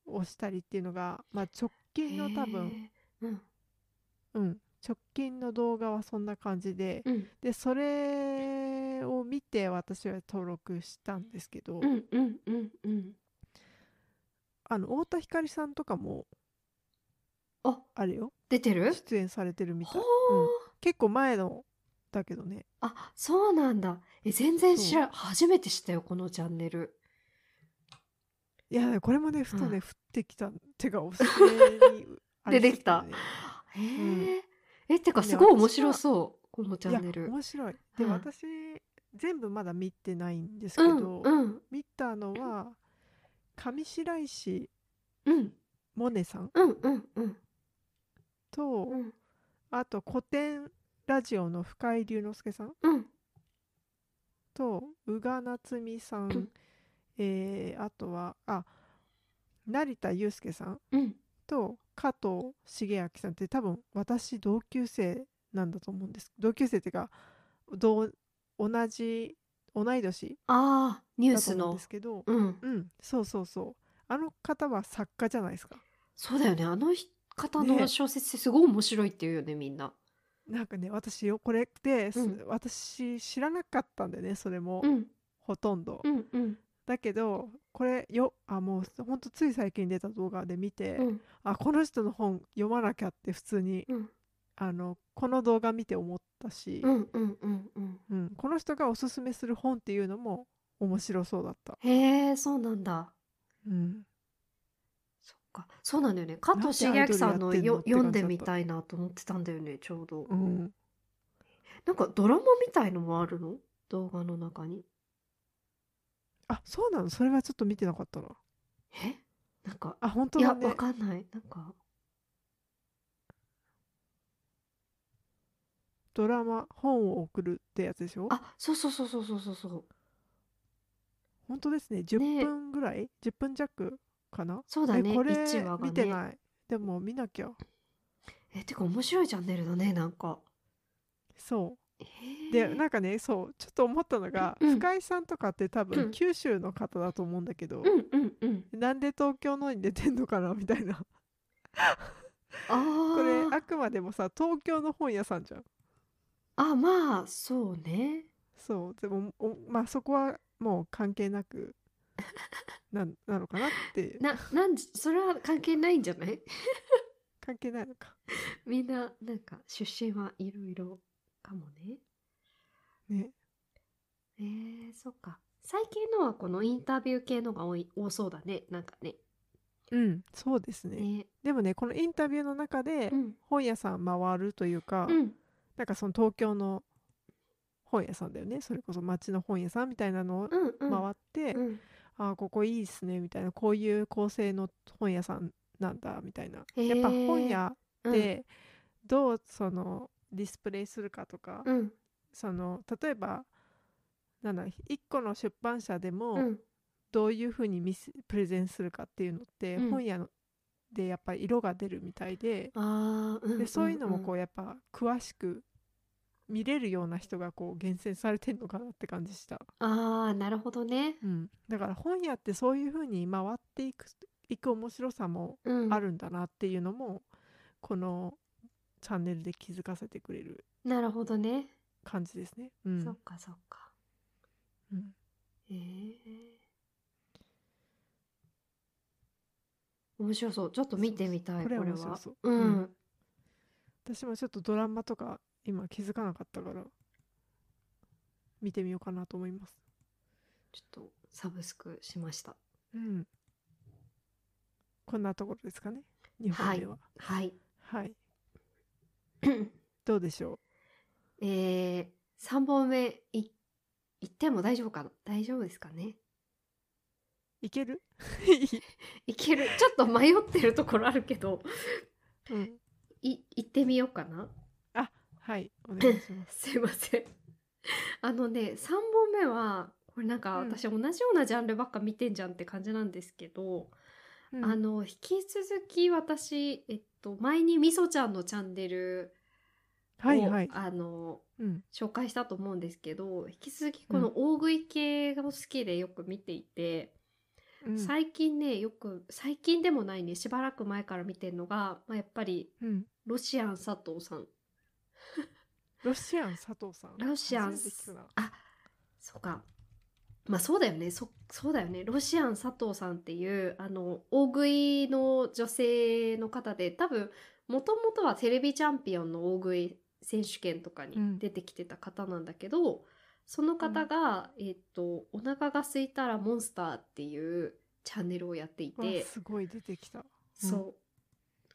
S2: をしたりっていうのが、まあ、直近の多分、
S1: へえうん
S2: うん、直近の動画はそんな感じで。
S1: うん
S2: でそれを見て私は登録したんですけど、
S1: うんうんうんうん
S2: あの太田光さんとかも
S1: あ
S2: あれよ
S1: 出てる
S2: 出演されてるみたい
S1: ほう、
S2: うん結構前のだけどね
S1: あそうなんだえ全然知
S2: そう
S1: ら初めて知ったよこのチャンネル
S2: いやこれもねふと
S1: うん
S2: ね降ってき
S1: *laughs*
S2: たてかおすすめにあれ
S1: 出てきた
S2: ね
S1: へえ、
S2: ん
S1: えてか
S2: いや
S1: すごい
S2: 私は
S1: 面白そうこのチ
S2: い
S1: ャ
S2: や
S1: ンネル
S2: 面白いで
S1: うん
S2: 私全部まだ見てないんですけ
S1: う
S2: ど、
S1: んうん
S2: 見たのは上白石
S1: うん
S2: 萌音さん
S1: うんうんうん
S2: と、
S1: うん
S2: あと古典ラジオの深井龍之介さん
S1: うん
S2: と宇賀夏美さ
S1: うん
S2: ん、えーあとはあ成田悠介さん
S1: うん
S2: と加藤茂明さんって多分私同級生なんだと思うんです同級生っていうか同同じ同い年
S1: ああニュー
S2: だと
S1: ス
S2: 思うん
S1: の
S2: ですけど
S1: うん
S2: うんそうそうそうあの方は作家じゃないですか
S1: そうだよねあのひ方の
S2: ね
S1: 小説ってすごい面白いって言うよねみんな
S2: なんかね私よこれって、す
S1: うん
S2: 私知らなかったんでねそれも、
S1: うん
S2: ほとんど、
S1: うんうん
S2: だけどこれよあもうほんとつい最近出た動画で見て、
S1: うん
S2: あこの人の本読まなきゃって普通に
S1: うん
S2: あのこの動画見て思ったし、
S1: うんうんうんうん
S2: うんこの人がおすすめする本っていうのも面白そうだった、
S1: へえそうなんだ
S2: うん、
S1: そっかそうなんだよね加藤茂明さんの
S2: なんでアイドルや
S1: よ読ん
S2: ってんのって感じだった
S1: でみたいなと思ってたんだよねちょうど、
S2: うん
S1: なんかドラマみたいのもあるの動画の中に
S2: あそうなのそれはちょっと見てなかったな
S1: えなんか
S2: あ本当
S1: いや
S2: だ
S1: わ
S2: ね
S1: かんないなんか
S2: ドラマ「本を送る」ってやつでしょ
S1: あそうそうそうそうそうそうそう
S2: 本当ですね10分ぐらい、10分弱かな
S1: そうだね
S2: えこれ
S1: 1話がね
S2: 見てないでも見なきゃ
S1: えてか面白いチャンネルだねなんか
S2: そう
S1: へえ
S2: でなんかねそうちょっと思ったのが、
S1: うん
S2: 深井さんとかって多
S1: うん
S2: 分九州の方だと思うんだけ
S1: う
S2: ど、
S1: んうんうん
S2: なんで東京のに出てんのかなみたいな
S1: あー
S2: これあくまでもさ東京の本屋さんじゃん
S1: あまあそうね
S2: そうでもおまあそこはもう関係な
S1: *laughs*
S2: くなんなのかなって
S1: ななんじそれは関係ないんじゃない *laughs*
S2: 関係ないのか
S1: みんななんか出身はいろいろかもね
S2: ね
S1: えー、そっか最近のはこのインタビュー系のが多い多そうだねなんかね
S2: うんそうですね
S1: ね
S2: でもねこのインタビューの中で
S1: うん
S2: 本屋さん回るというか、
S1: うん
S2: なんかその東京の本屋さんだよねそれこそ町の本屋さんみたいなのを
S1: うんうん
S2: 回って、
S1: うん
S2: あーここいいっすねみたいなこういう構成の本屋さんなんだみたいな、
S1: へー
S2: やっぱ本屋
S1: うん
S2: でどうそのディスプレイするかとか、
S1: うん
S2: その例えばなんだ1個の出版社で
S1: う
S2: も
S1: ん
S2: どういうふうに見せプレゼンするかっていうのって、
S1: うん
S2: 本屋のでやっぱり色が出るみたいで,、
S1: あーうん
S2: でそういうのもこ
S1: う
S2: うやっぱ詳しく見れるような人がこう厳選されてるのかなって感じした。
S1: んうんああなるほどね
S2: うん、だから本屋ってそういうふうに回っていくいく面白さも
S1: うん
S2: あるんだなっていうのも、このチャンネルで気づかせてくれる
S1: なるほどね、
S2: 感じですね。うん
S1: そっかそっか
S2: うん
S1: ええ面白そうちょっと見てみたい
S2: そうそう
S1: こ
S2: こ
S1: れ
S2: れ
S1: は
S2: 面白そう
S1: う、
S2: うん私もちょっとドラマとか今気づかなかったから見てみようかなと思います。
S1: ちょっとサブスクしました
S2: うん、こんなところですかね日本では。
S1: はい
S2: はい、どうでしょ
S1: *coughs* えー、3本目いいっても大丈夫かな大丈夫ですかね
S2: ういけ
S1: *laughs*
S2: る、
S1: いけるちょっと迷ってるところあるけど
S2: うん、
S1: い行ってみようかな
S2: はいお願いしま
S1: *laughs*
S2: す。
S1: すいませんあのね3本目はこれなんか
S2: うん
S1: 私同じようなジャンルばっか見てんじゃんって感じなんですけど、
S2: うん
S1: あの引き続き私、えっと、前にみそちゃんのチャンネルを、
S2: はいはい。
S1: あの
S2: うん
S1: 紹介したと思うんですけど引き続きこの大食い系が好きでよく見ていて、
S2: うん
S1: 最近ねよく最近でもないねしばらく前から見てるのが、まあ、やっぱり
S2: うん
S1: ロシアン佐藤さん
S2: ロシアン佐藤さん。
S1: ロシアン
S2: 初めて聞くな
S1: あそうかまあそうだよねそそうだよねロシアン佐藤さんっていうあの大食いの女性の方で多分もともとはテレビチャンピオンの大食い選手権とかに
S2: うん
S1: 出てきてた方なんだけど、その方が、えっと「お腹が空いたらモンスター」っていうチャンネルをやってい
S2: わ
S1: て、
S2: すごい出てきたうん
S1: そう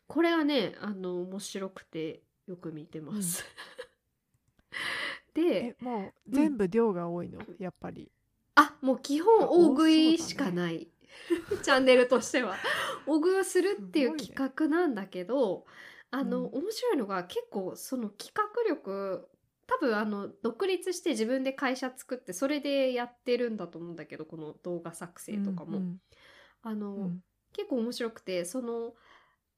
S1: これはねあの面白くてよく見てます。 *laughs* で
S2: えもう全部量が多いの、やっぱり
S1: あもう基本
S2: あ
S1: 大食い
S2: 多そうだ
S1: しか
S2: ね
S1: ない、 *laughs* チャンネルとしては大食いをするってい
S2: す
S1: う
S2: ごいね
S1: 企画なんだけど、あの、
S2: う
S1: 面白いのが結構その企画力多分あの独立して自分で会社作ってそれでやってるんだと思うんだけどこの動画作成とかも、
S2: うん
S1: あの、
S2: うんうん
S1: 結構面白くてその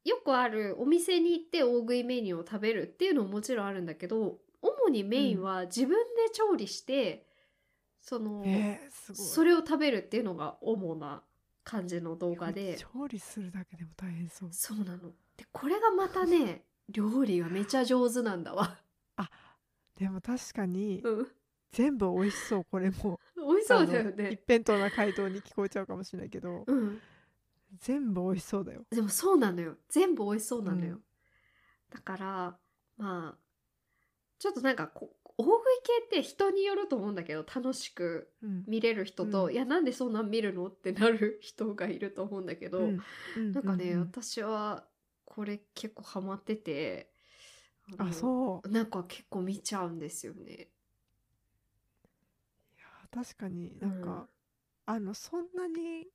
S1: よくあるお店に行って大食いメニューを食べるっていうのももちろんあるんだけど主にメインは自分で調理して、その。
S2: えーすごい
S1: それを食べるっていうのが主な感じの動画で
S2: 調理するだけでも大変そう
S1: そうなのでこれがまた
S2: *laughs*
S1: ね料理がめちゃ上手なんだわ、
S2: でも確かに
S1: うん、
S2: 全部美味しそうこれも
S1: 美味 *laughs* しそうだよね
S2: 一辺倒な回答に聞こえちゃうかもしれないけど
S1: うん
S2: 全部美味しそうだよ
S1: でもそうなのよ全部美味しそうなのよ、
S2: うん
S1: だからまあちょっとなんかこ大食い系って人によると思うんだけど楽しく
S2: うん
S1: 見れる人と、
S2: うん
S1: いやなんでそんなん見るのってなる人がいると思うんだけど、
S2: うんうん
S1: なんかね、
S2: うん
S1: 私はこれ結構ハマってての
S2: あそう
S1: なんか結構見ちゃうんですよね。
S2: いや確かになんか、あのそんなに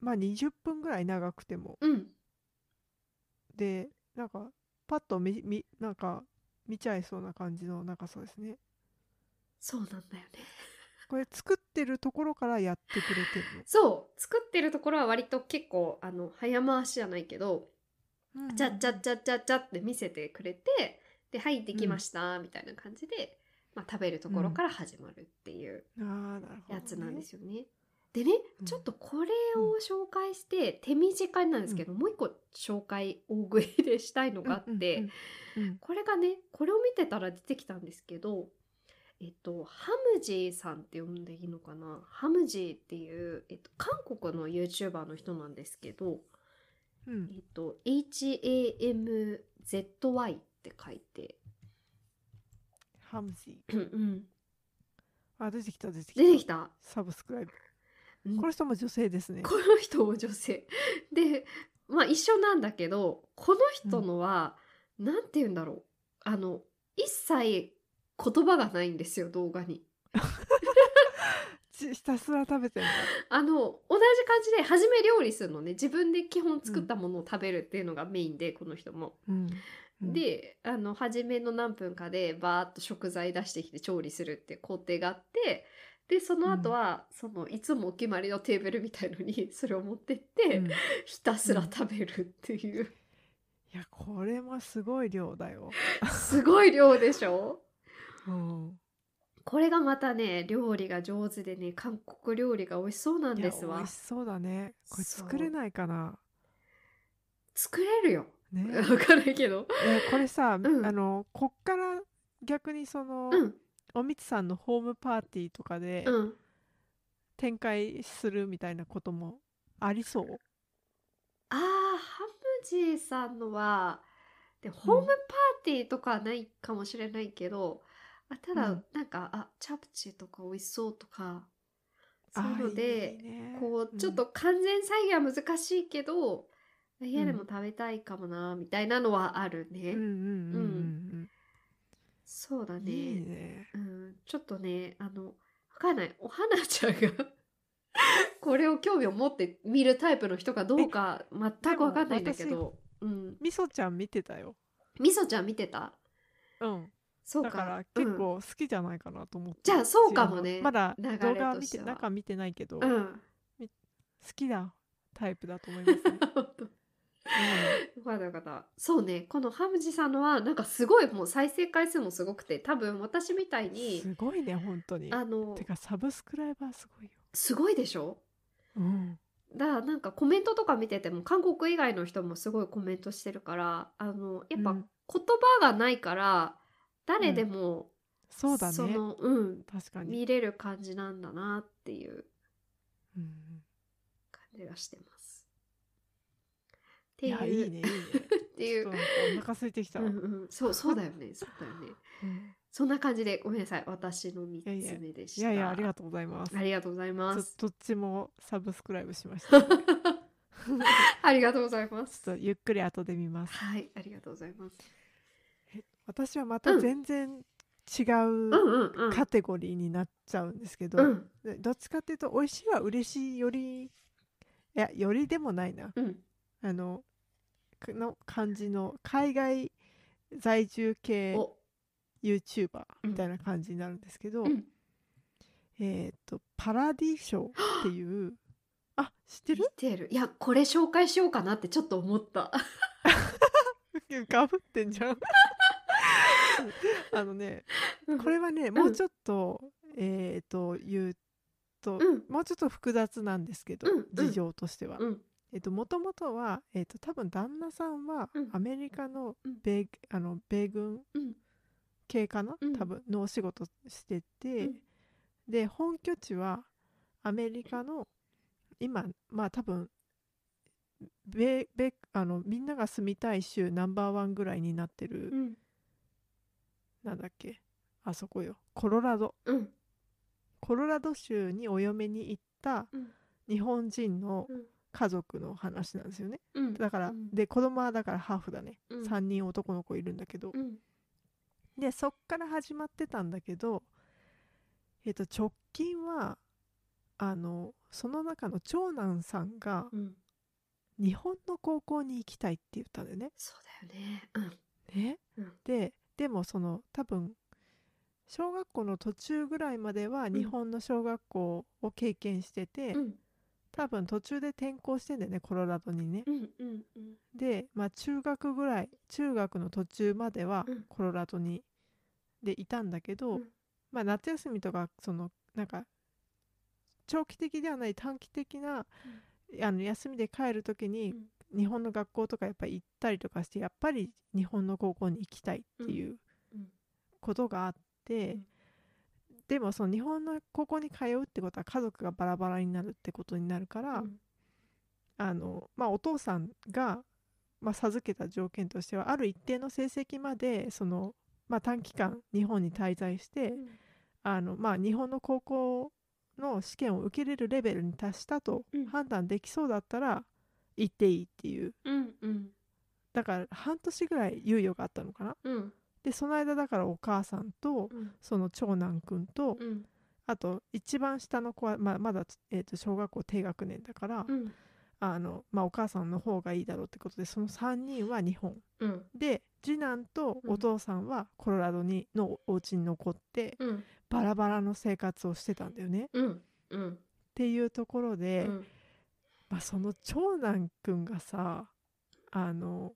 S2: まあ20分ぐらい長くても
S1: うん。
S2: でなんかパッと見見なんか見ちゃいそうな感じの長さですね
S1: そうなんだよね。
S2: これ作ってるところからやってくれてる
S1: そう作ってるところは割と結構あの早回しじゃないけど、
S2: の、
S1: じゃっちゃっちゃっちゃっちゃって見せてくれてで「はいできました」みたいな感じで、まあ、食べるところから始まるっていう
S2: あーなるほど、ね、
S1: やつなんですよね。でね、
S2: うん
S1: ちょっとこれを紹介して手短になんですけど、もう一個紹介大食いでしたいのがあって。
S2: うんうんうん
S1: これがねこれを見てたら出てきたんですけどえっとハムジーさんって呼んでいいのかなハムジーっていう、えっと、韓国の YouTuber の人なんですけど、
S2: うんうん
S1: えっと、HAMZY って書いて、
S2: ハムジー
S1: うんうん、
S2: あ出てきた出てきた
S1: 出てきた
S2: サブスクライブ
S1: うん
S2: この人も女性ですね
S1: この人も女性でまあ一緒なんだけどこの人のは、なんて言うんだろうあの一切言葉がないんですよ動画に。
S2: ちひたすら食べてるんだ
S1: あの同じ感じで初め料理するのね自分で基本作ったものを食べるっていうのがメインで、この人も。
S2: うんうん
S1: であの初めの何分かでバーッと食材出してきて調理するっていう工程があってでその後は、そのいつもお決まりのテーブルみたいのに *laughs* それを持ってって、
S2: うんい
S1: ひたすら食べるって
S2: *laughs*
S1: いう、
S2: やこれもすごい量だよ、
S1: すごい量でしょ
S2: うん、
S1: これがまたね料理が上手でね韓国料理が美味しそうなん
S2: いや
S1: です
S2: 美
S1: わ
S2: 味しそうだねこれ
S1: そう
S2: 作れないかな
S1: 作れるよ
S2: ね
S1: わかんないけど
S2: えーこれさ、
S1: ん
S2: あのこっから逆にその、
S1: うん
S2: おみつさんのホームパーティーとかで
S1: うん
S2: 展開するみたいなこともありそう、
S1: あーハムジーさんのはでホームパーティーとかはないかもしれないけど、あただ、
S2: うん
S1: なんかあチャプチェとか美味しそうとか
S2: あ
S1: そういうので
S2: いいね
S1: こうちょっ
S2: ん
S1: と完全再現は難しいけど、家でも食べたいかもなみたいなのはあるね、
S2: うんうんうんうん
S1: そうだ
S2: うん
S1: ね
S2: いいね
S1: うん、ちょっとねあのわかんないお花ちゃんが *laughs* これを興味を持って見るタイプの人かどうか全くわかんないんだけ
S2: で
S1: ど、うん、
S2: みそちゃん見てたよ
S1: みそちゃん見てた
S2: うん
S1: そう
S2: だ
S1: か
S2: から結
S1: うん
S2: 構好きじゃないかなと思って、
S1: じゃあそうかもね
S2: 知らない
S1: 流れ
S2: まだ
S1: と
S2: 動
S1: しては
S2: 画見て中見てないけど、
S1: う
S2: 好
S1: ん、 *laughs*
S2: きなタイプだと思います、ね
S1: よかったよかったそうねこのハムジさんのはなんかすごいもう再生回数もすごくて多分私みたい
S2: うん
S1: に
S2: すごいね本当に
S1: あの
S2: てかサブスクライバーすごいよ、
S1: すごいでしょ
S2: うん、
S1: だからなんかコメントとか見てても韓国以外の人もすごいコメントしてるからあのやっぱ言
S2: うん
S1: 葉がないから誰でも、
S2: そうだね
S1: のうん
S2: 確かに、
S1: 見れる感じなんだなっていう
S2: うん
S1: 感じがしてます。て
S2: い
S1: い
S2: や
S1: う
S2: いいねいいね
S1: っていう
S2: ちょっとお腹空いてきた、
S1: うんうん、そうそうだよ
S2: *laughs*
S1: ねそうだよね
S2: うん
S1: そんな感じでごめんなさい私の
S2: や
S1: 3
S2: いや
S1: つ目でし
S2: い
S1: た
S2: やいやありがとうございます
S1: ありがとうございま
S2: ど
S1: す
S2: どっちもサブスクライブしましたちょっ
S1: ありがとうございます
S2: とゆっくり後で見ます
S1: はいありがとうございます
S2: 私はまた
S1: うん
S2: 全然違
S1: うん
S2: う
S1: うんうん
S2: カテゴリーになっちゃうんですけど、
S1: うん
S2: でどっちかっていうと美味しいは嬉しいよりいやよりでもないな
S1: うん
S2: あのくの感じの海外在住系
S1: お
S2: YouTuber
S1: うん
S2: みたいな感じになるんですけど、
S1: うん
S2: えっ、とパラディショーっていう
S1: *gasps*
S2: あ知って
S1: 見
S2: る
S1: てるいやこれ紹介しようかなってちょっと思った
S2: ガブってんじゃんあのねこれはねもうちょっと、えっ、と言う
S1: う
S2: と、
S1: ん
S2: もうちょっと複雑なんですけど、
S1: うんうん
S2: 事情としては、
S1: うん
S2: えっと、もともとは、えっと、多分旦那さんは
S1: うん
S2: アメリカの
S1: うん
S2: 米,、あの米軍
S1: うん
S2: 系かな、
S1: うん
S2: 多分のお仕事してて、
S1: うん
S2: で本拠地はアメリカの今まあ多分米米あのみんなが住みたい州ナンバーワンぐらいになってる、
S1: うん
S2: なんだっけあそこよコロラド
S1: うん
S2: コロラド州にお嫁に行った
S1: うん
S2: 日本人の
S1: うん
S2: 家族の話なんですよね。
S1: うん
S2: だから、
S1: うん
S2: で子供はだからハーフだね、
S1: うん
S2: 3人男の子いるんだけど、
S1: うん
S2: でそっから始まってたんだけど、えっと直近はあのその中の長男さんが
S1: うん
S2: 日本の高校に行きたいって言ったんだよね。
S1: そうだよねうん
S2: ね
S1: うん
S2: ででもその多分小学校の途中ぐらいまでは
S1: ん
S2: 日本の小学校を経験してて、
S1: うん
S2: 多分途中で転校してんだよねコロラドにね。
S1: うんうんうん
S2: で、まあ、中学ぐらい中学の途中までは
S1: うん
S2: コロラドに、でいたんだけ
S1: う
S2: ど、
S1: ん
S2: まあ、夏休みとかそのなんか長期的ではない短期的な、あの休みで帰る時に
S1: うん
S2: 日本の学校とかやっぱり行ったりとかしてやっぱり日本の高校に行きたいっていう
S1: うん
S2: ことがあって、でもその日本の高校に通うってことは家族がバラバラになるってことになるから。
S1: うん
S2: あのまあ、お父さんが、まあ、授けた条件としてはある一定の成績までその、まあ、短期間日本に滞在して
S1: うん
S2: あの、まあ、日本の高校の試験を受けれるレベルに達したと
S1: うん
S2: 判断できそうだったら行っていいっていう
S1: うんうん
S2: だから半年ぐらい猶予があったのかな
S1: うん
S2: でその間だからお母さんと
S1: うん
S2: その長男くんと
S1: うん
S2: あと一番下の子は、まあ、まだ、えーと小学校低学年だから
S1: う、ん
S2: あのまあ、お母さんの方がいいだろうってことでその3人は日本
S1: うん
S2: で次男とお父さんはコロラドにのお家に残って
S1: うん
S2: バラバラの生活をしてたんだよね。っ
S1: うんうん
S2: ていうところで、
S1: うん
S2: まあ、その長男くんがさあの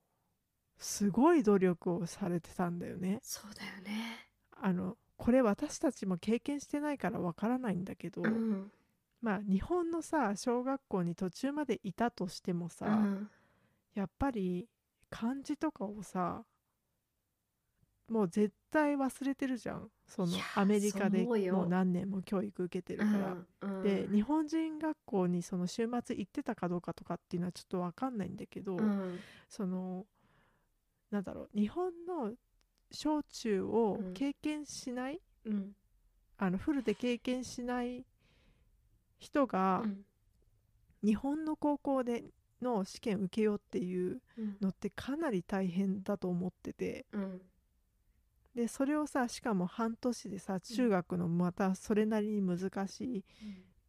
S2: すごい努力をされてたんだよね。
S1: そうだよね
S2: あのこれ私たちも経験してないからわからないんだけど、
S1: うん
S2: まあ日本のさ小学校に途中までいたとしてもさ、
S1: うん
S2: やっぱり漢字とかをさもう絶対忘れてるじゃんその
S1: いや
S2: アメリカで
S1: そう思うよ
S2: もう何年も教育受けてるから。
S1: うん
S2: で日本人学校にその週末行ってたかどうかとかっていうのはちょっと分かんないんだけど、
S1: うん
S2: そのなんだろう日本の小中を
S1: うん
S2: 経験しない、
S1: うん
S2: あのフルで経験しない人が
S1: うん
S2: 日本の高校での試験受けようっていう
S1: うん
S2: のってかなり大変だと思ってて
S1: うん
S2: でそれをさしかも半年でさ中学のまたそれなりに難しい、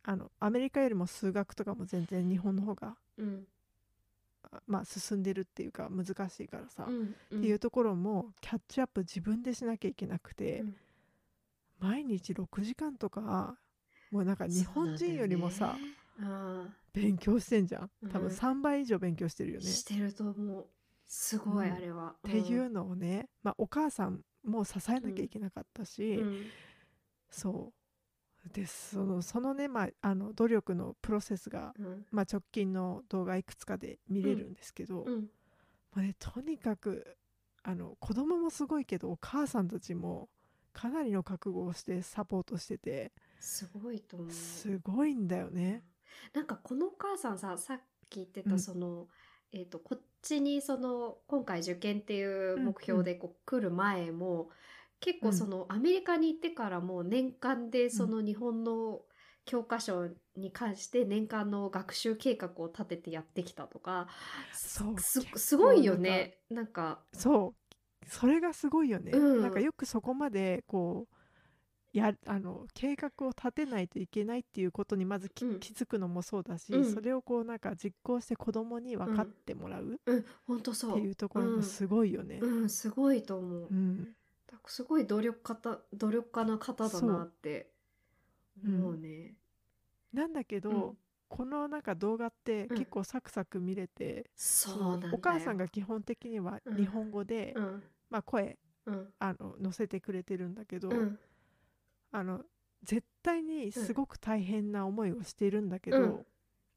S2: あのアメリカよりも数学とかも全然日本の方が
S1: うん
S2: あまあ進んでるっていうか難しいからさ、
S1: うんうん
S2: っていうところもキャッチアップ自分でしなきゃいけなくて、
S1: うん
S2: 毎日6時間とかもうなんか日本人よりもさ、
S1: そうなんだよね
S2: 勉強してんじゃん多分
S1: うん
S2: 3倍以上勉強してる
S1: う
S2: よ
S1: ん
S2: ね。
S1: してると思うすごい
S2: うん
S1: あれは
S2: っていうのをね、まあ、お母さんも支えなきゃいけなかったし、
S1: うん
S2: そうですそのそのね、まあ、あの努力のプロセスが、
S1: うん
S2: まあ、直近の動画いくつかで見れるんですけど、
S1: う
S2: ま
S1: ん
S2: あね、とにかくあの子供もすごいけどお母さんたちもかなりの覚悟をしてサポートしてて
S1: すごいと思う
S2: すごいんだよね。
S1: なんかこのお母さんささっき言って
S2: う
S1: た
S2: ん
S1: そのえー、とこっちにその今回受験っていう目標でこう来る前も、結構そのアメリカに行ってからもう年間でその日本の教科書に関して年間の学習計画を立ててやってきたとかす
S2: そう
S1: す
S2: 結構
S1: すごいよねなんか
S2: そうそれがすごいよね、
S1: うん
S2: なんかよくそこまでこうやあの計画を立てないといけないっていうことにまずき、
S1: うん
S2: 気づくのもそうだし、
S1: うん
S2: それをこうなんか実行して子供に分かってもらう
S1: うん本当
S2: っ
S1: そ
S2: て
S1: う
S2: いうところもすごいよね。
S1: うんすごいと思う、
S2: うん
S1: だからすごい努力家た努力家な方だなって
S2: そううん
S1: 思うね
S2: なんだけど、
S1: うん
S2: このなんか動画って
S1: うん
S2: 結構サクサク見れて、
S1: そう
S2: その
S1: なんだよ
S2: お母さんが基本的には
S1: うん
S2: 日本語で、
S1: うん
S2: まあ、声
S1: うん
S2: あの載せてくれてるんだけど、
S1: うん
S2: あの絶対にすごく大変な思いをしているんだけど、
S1: うん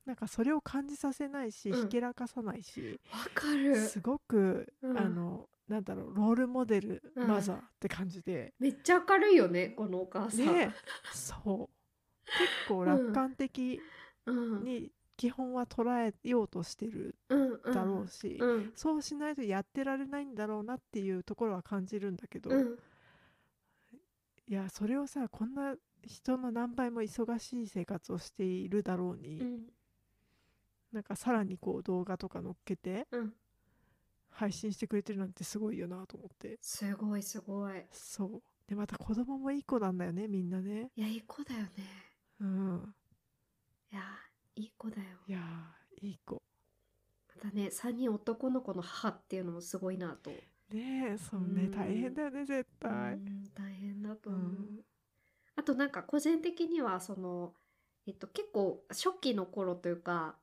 S2: なんかそれを感じさせないし、
S1: うん
S2: ひけらかさないし、
S1: わかる
S2: すごく、
S1: うん
S2: あのなんだろうロールモデル、
S1: うん
S2: マザーって感じで、
S1: めっちゃ明るいよねこのお母さん、
S2: ねそう結構楽観的
S1: うん、
S2: に基本は捉えようとしてる
S1: うんうん
S2: だろうし、
S1: うん
S2: そうしないとやってられないんだろうなっていうところは感じるんだけど、
S1: うん
S2: いやそれをさこんな人の何倍も忙しい生活をしているだろうに、
S1: うん
S2: なんかさらにこう動画とか載っけて
S1: うん
S2: 配信してくれてるなんてすごいよなと思って
S1: すごいすごい
S2: そうでまた子供もいい子なんだよねみんなね
S1: いやいい子だよね
S2: うん
S1: いやいい子だよ
S2: いやーいい子
S1: またね3人男の子の母っていうのもすごいなと
S2: ねえそう
S1: う
S2: ね
S1: ん
S2: 大変だよね絶対
S1: うん大変だと思う、
S2: うん
S1: あとなんか個人的にはその、えっと、結構初期の頃というか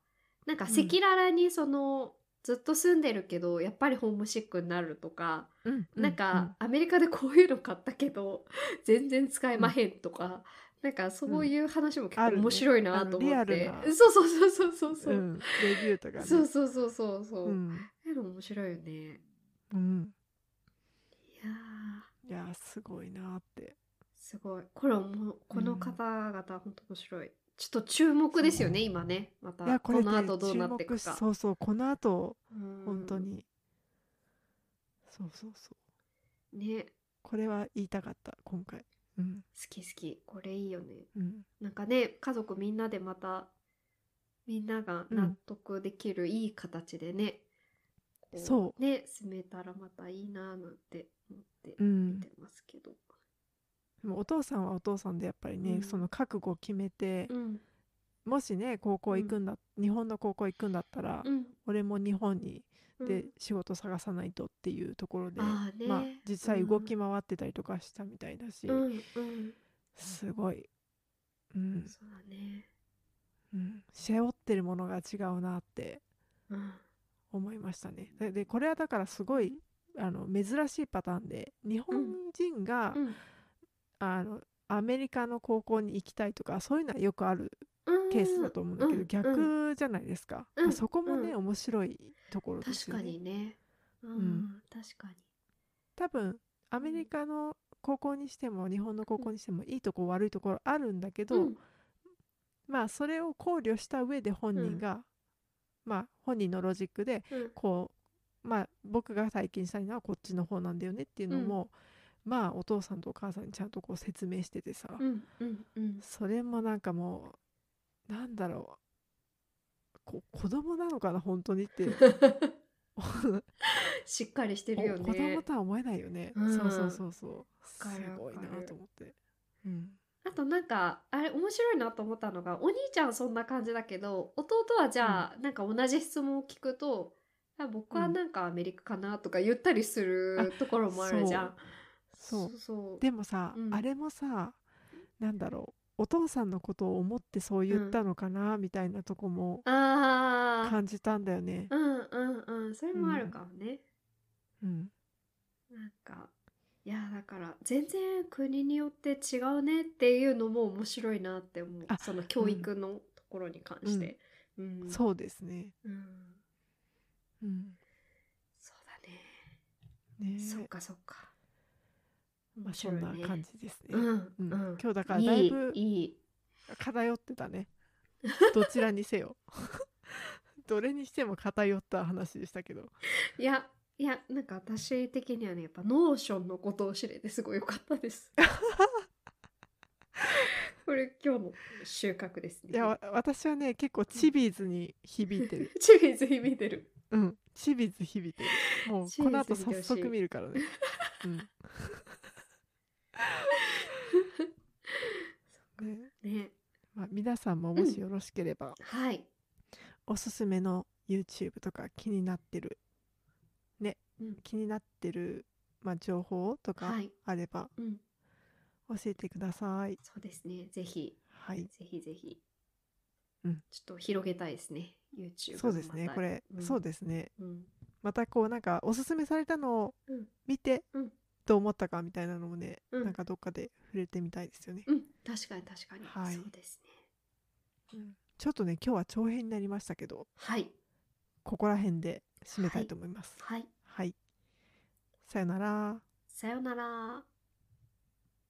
S1: なんか
S2: うん
S1: 赤裸々にその、ずっと住んでるけどやっぱりホームシックになるとか、
S2: うん
S1: なんかアメリカでこういうの買ったけど全然使えまへんとか、なんかそういう話も結
S2: あ
S1: 構
S2: るね
S1: 面白いなと思っ
S2: あのリ
S1: て、
S2: アルな
S1: そうそうそうそうそう
S2: う
S1: そ
S2: んう
S1: うん
S2: レビューとかね
S1: そうそうそうそうそううんそういうの面白いよねい
S2: うん
S1: やー
S2: いやーすごいなーって
S1: すごいこれはもうこの方々本当面白いちょっと注目ですよね今ねまた
S2: いやこれね
S1: この後どうなってい
S2: 注目
S1: く
S2: し
S1: か
S2: そうそうこの後
S1: うん
S2: 本当にそうそうそう
S1: ね好
S2: これは言いたかった今回うん
S1: き好きこれいいよね
S2: うん
S1: なんかね家族みんなでまたみんなが納得できるいい形でね、こ
S2: そ
S1: ね進めたらまたいいなーなんて思って
S2: うん
S1: 見てますけど
S2: でもお父さんはお父さんでやっぱりね、
S1: うん
S2: その覚悟を決めて、
S1: うん
S2: もしね高校行くんだ、日本の高校行くんだったら、
S1: うん
S2: 俺も日本に
S1: うん
S2: で仕事探さないとっていうところで、
S1: あーね
S2: まあ実際
S1: うん
S2: 動き回ってたりとかしたみたいだし、
S1: うんうん
S2: すごい、うん
S1: そうだね
S2: うん、背負ってるものが違うなって
S1: うん
S2: 思いましたね。ででこれはだからすごいあの珍しいパターンで日本人が、
S1: うん
S2: あのアメリカの高校に行きたいとかそういうのはよくあるケースだと思うんだけど、
S1: うん
S2: 逆じゃないですか、
S1: うん
S2: まあそこもね、
S1: う
S2: 面白いところです
S1: 確
S2: よ
S1: か
S2: ね
S1: にね。うん、
S2: ん
S1: 確か
S2: 多分アメリカの高校にしても日本の高校にしてもいいとこ悪いところあるんだけ
S1: に。
S2: ど、まあそれを考慮した上で本人が、まあ本人のロジックで
S1: うん
S2: こうまあ僕が体験したいのはこっちの方なんだよねっていうのも、まあお父さんとお母さんにちゃんとこう説明しててさ、
S1: うんうんうん。
S2: それもなんかもうなんだろうこ子供なのかな本当にって *laughs*
S1: しっかりしてるよ
S2: お子
S1: ね
S2: 供。とは思えないよね、
S1: うん
S2: そうそうそうそうす
S1: かる
S2: ごいな
S1: わかる
S2: と思って、うん、
S1: あとなんかあれ面白いなと思ったのがお兄ちゃんはそんな感じだけど弟はじゃあ、なんか同じ質問を聞くとあ僕はなんかアメリカかなとか言ったりするところもあるじゃん。
S2: そう
S1: そうそう
S2: でもさ、
S1: うん
S2: あれもさなんだろうお父さんのことを思ってそう言ったのかな、みたいなとこも
S1: ああ。
S2: 感じたんだよね、
S1: うんうんうん。それもあるかもね。
S2: うん、
S1: なんかいやだから全然国によって違うねっていうのも面白いなって思う
S2: あ
S1: その教育のところに関して、うんう
S2: そうですね、
S1: ん
S2: うん
S1: そうだね、
S2: ね
S1: そっかそっか面
S2: まあ、そ
S1: 白い
S2: ん
S1: ね
S2: な感じですね、
S1: うん
S2: う
S1: う
S2: ん
S1: ん
S2: 今日だからだいぶ
S1: いいいい *laughs*
S2: 偏ってたねどちらにせよ *laughs* どれにしても偏った話でしたけど
S1: いやいやなんか私的にはねやっぱノーションのことを知れてすごい良かったです
S2: *laughs*
S1: これ今日の収穫ですね
S2: いやわ私はね結構チビーズに響いて
S1: *laughs*
S2: る
S1: チビーズ響いてる
S2: うんチビーズ響いてるもう
S1: チビーズ
S2: この後
S1: 見てほし
S2: 早
S1: い
S2: 速見るからね、
S1: *laughs*
S2: うんね
S1: ね
S2: まあ、皆さんももしよろしければ、
S1: はい
S2: おすすめの YouTube とか気になってるね、
S1: うん
S2: 気になってる、まあ、情報とか
S1: はい
S2: あれば
S1: うん
S2: 教えてください。
S1: そうですねぜひ
S2: はい、
S1: ぜひぜひ、
S2: うん
S1: ちょっと広げたいですね YouTube
S2: そうですね
S1: また
S2: これ、
S1: うん
S2: そうですね
S1: うん
S2: またこうなんかおすすめされたのを
S1: うん
S2: 見て、
S1: うん
S2: どう思ったかみたいなのもね、
S1: うん
S2: なんかどっかで触れてみたいですよね。
S1: うん確かに確かに、
S2: はい
S1: そうですね
S2: うんちょっとね今日は長編になりましたけど
S1: はい
S2: ここら辺で締めたいと思います。
S1: はい
S2: はい、さよなら。
S1: さよなら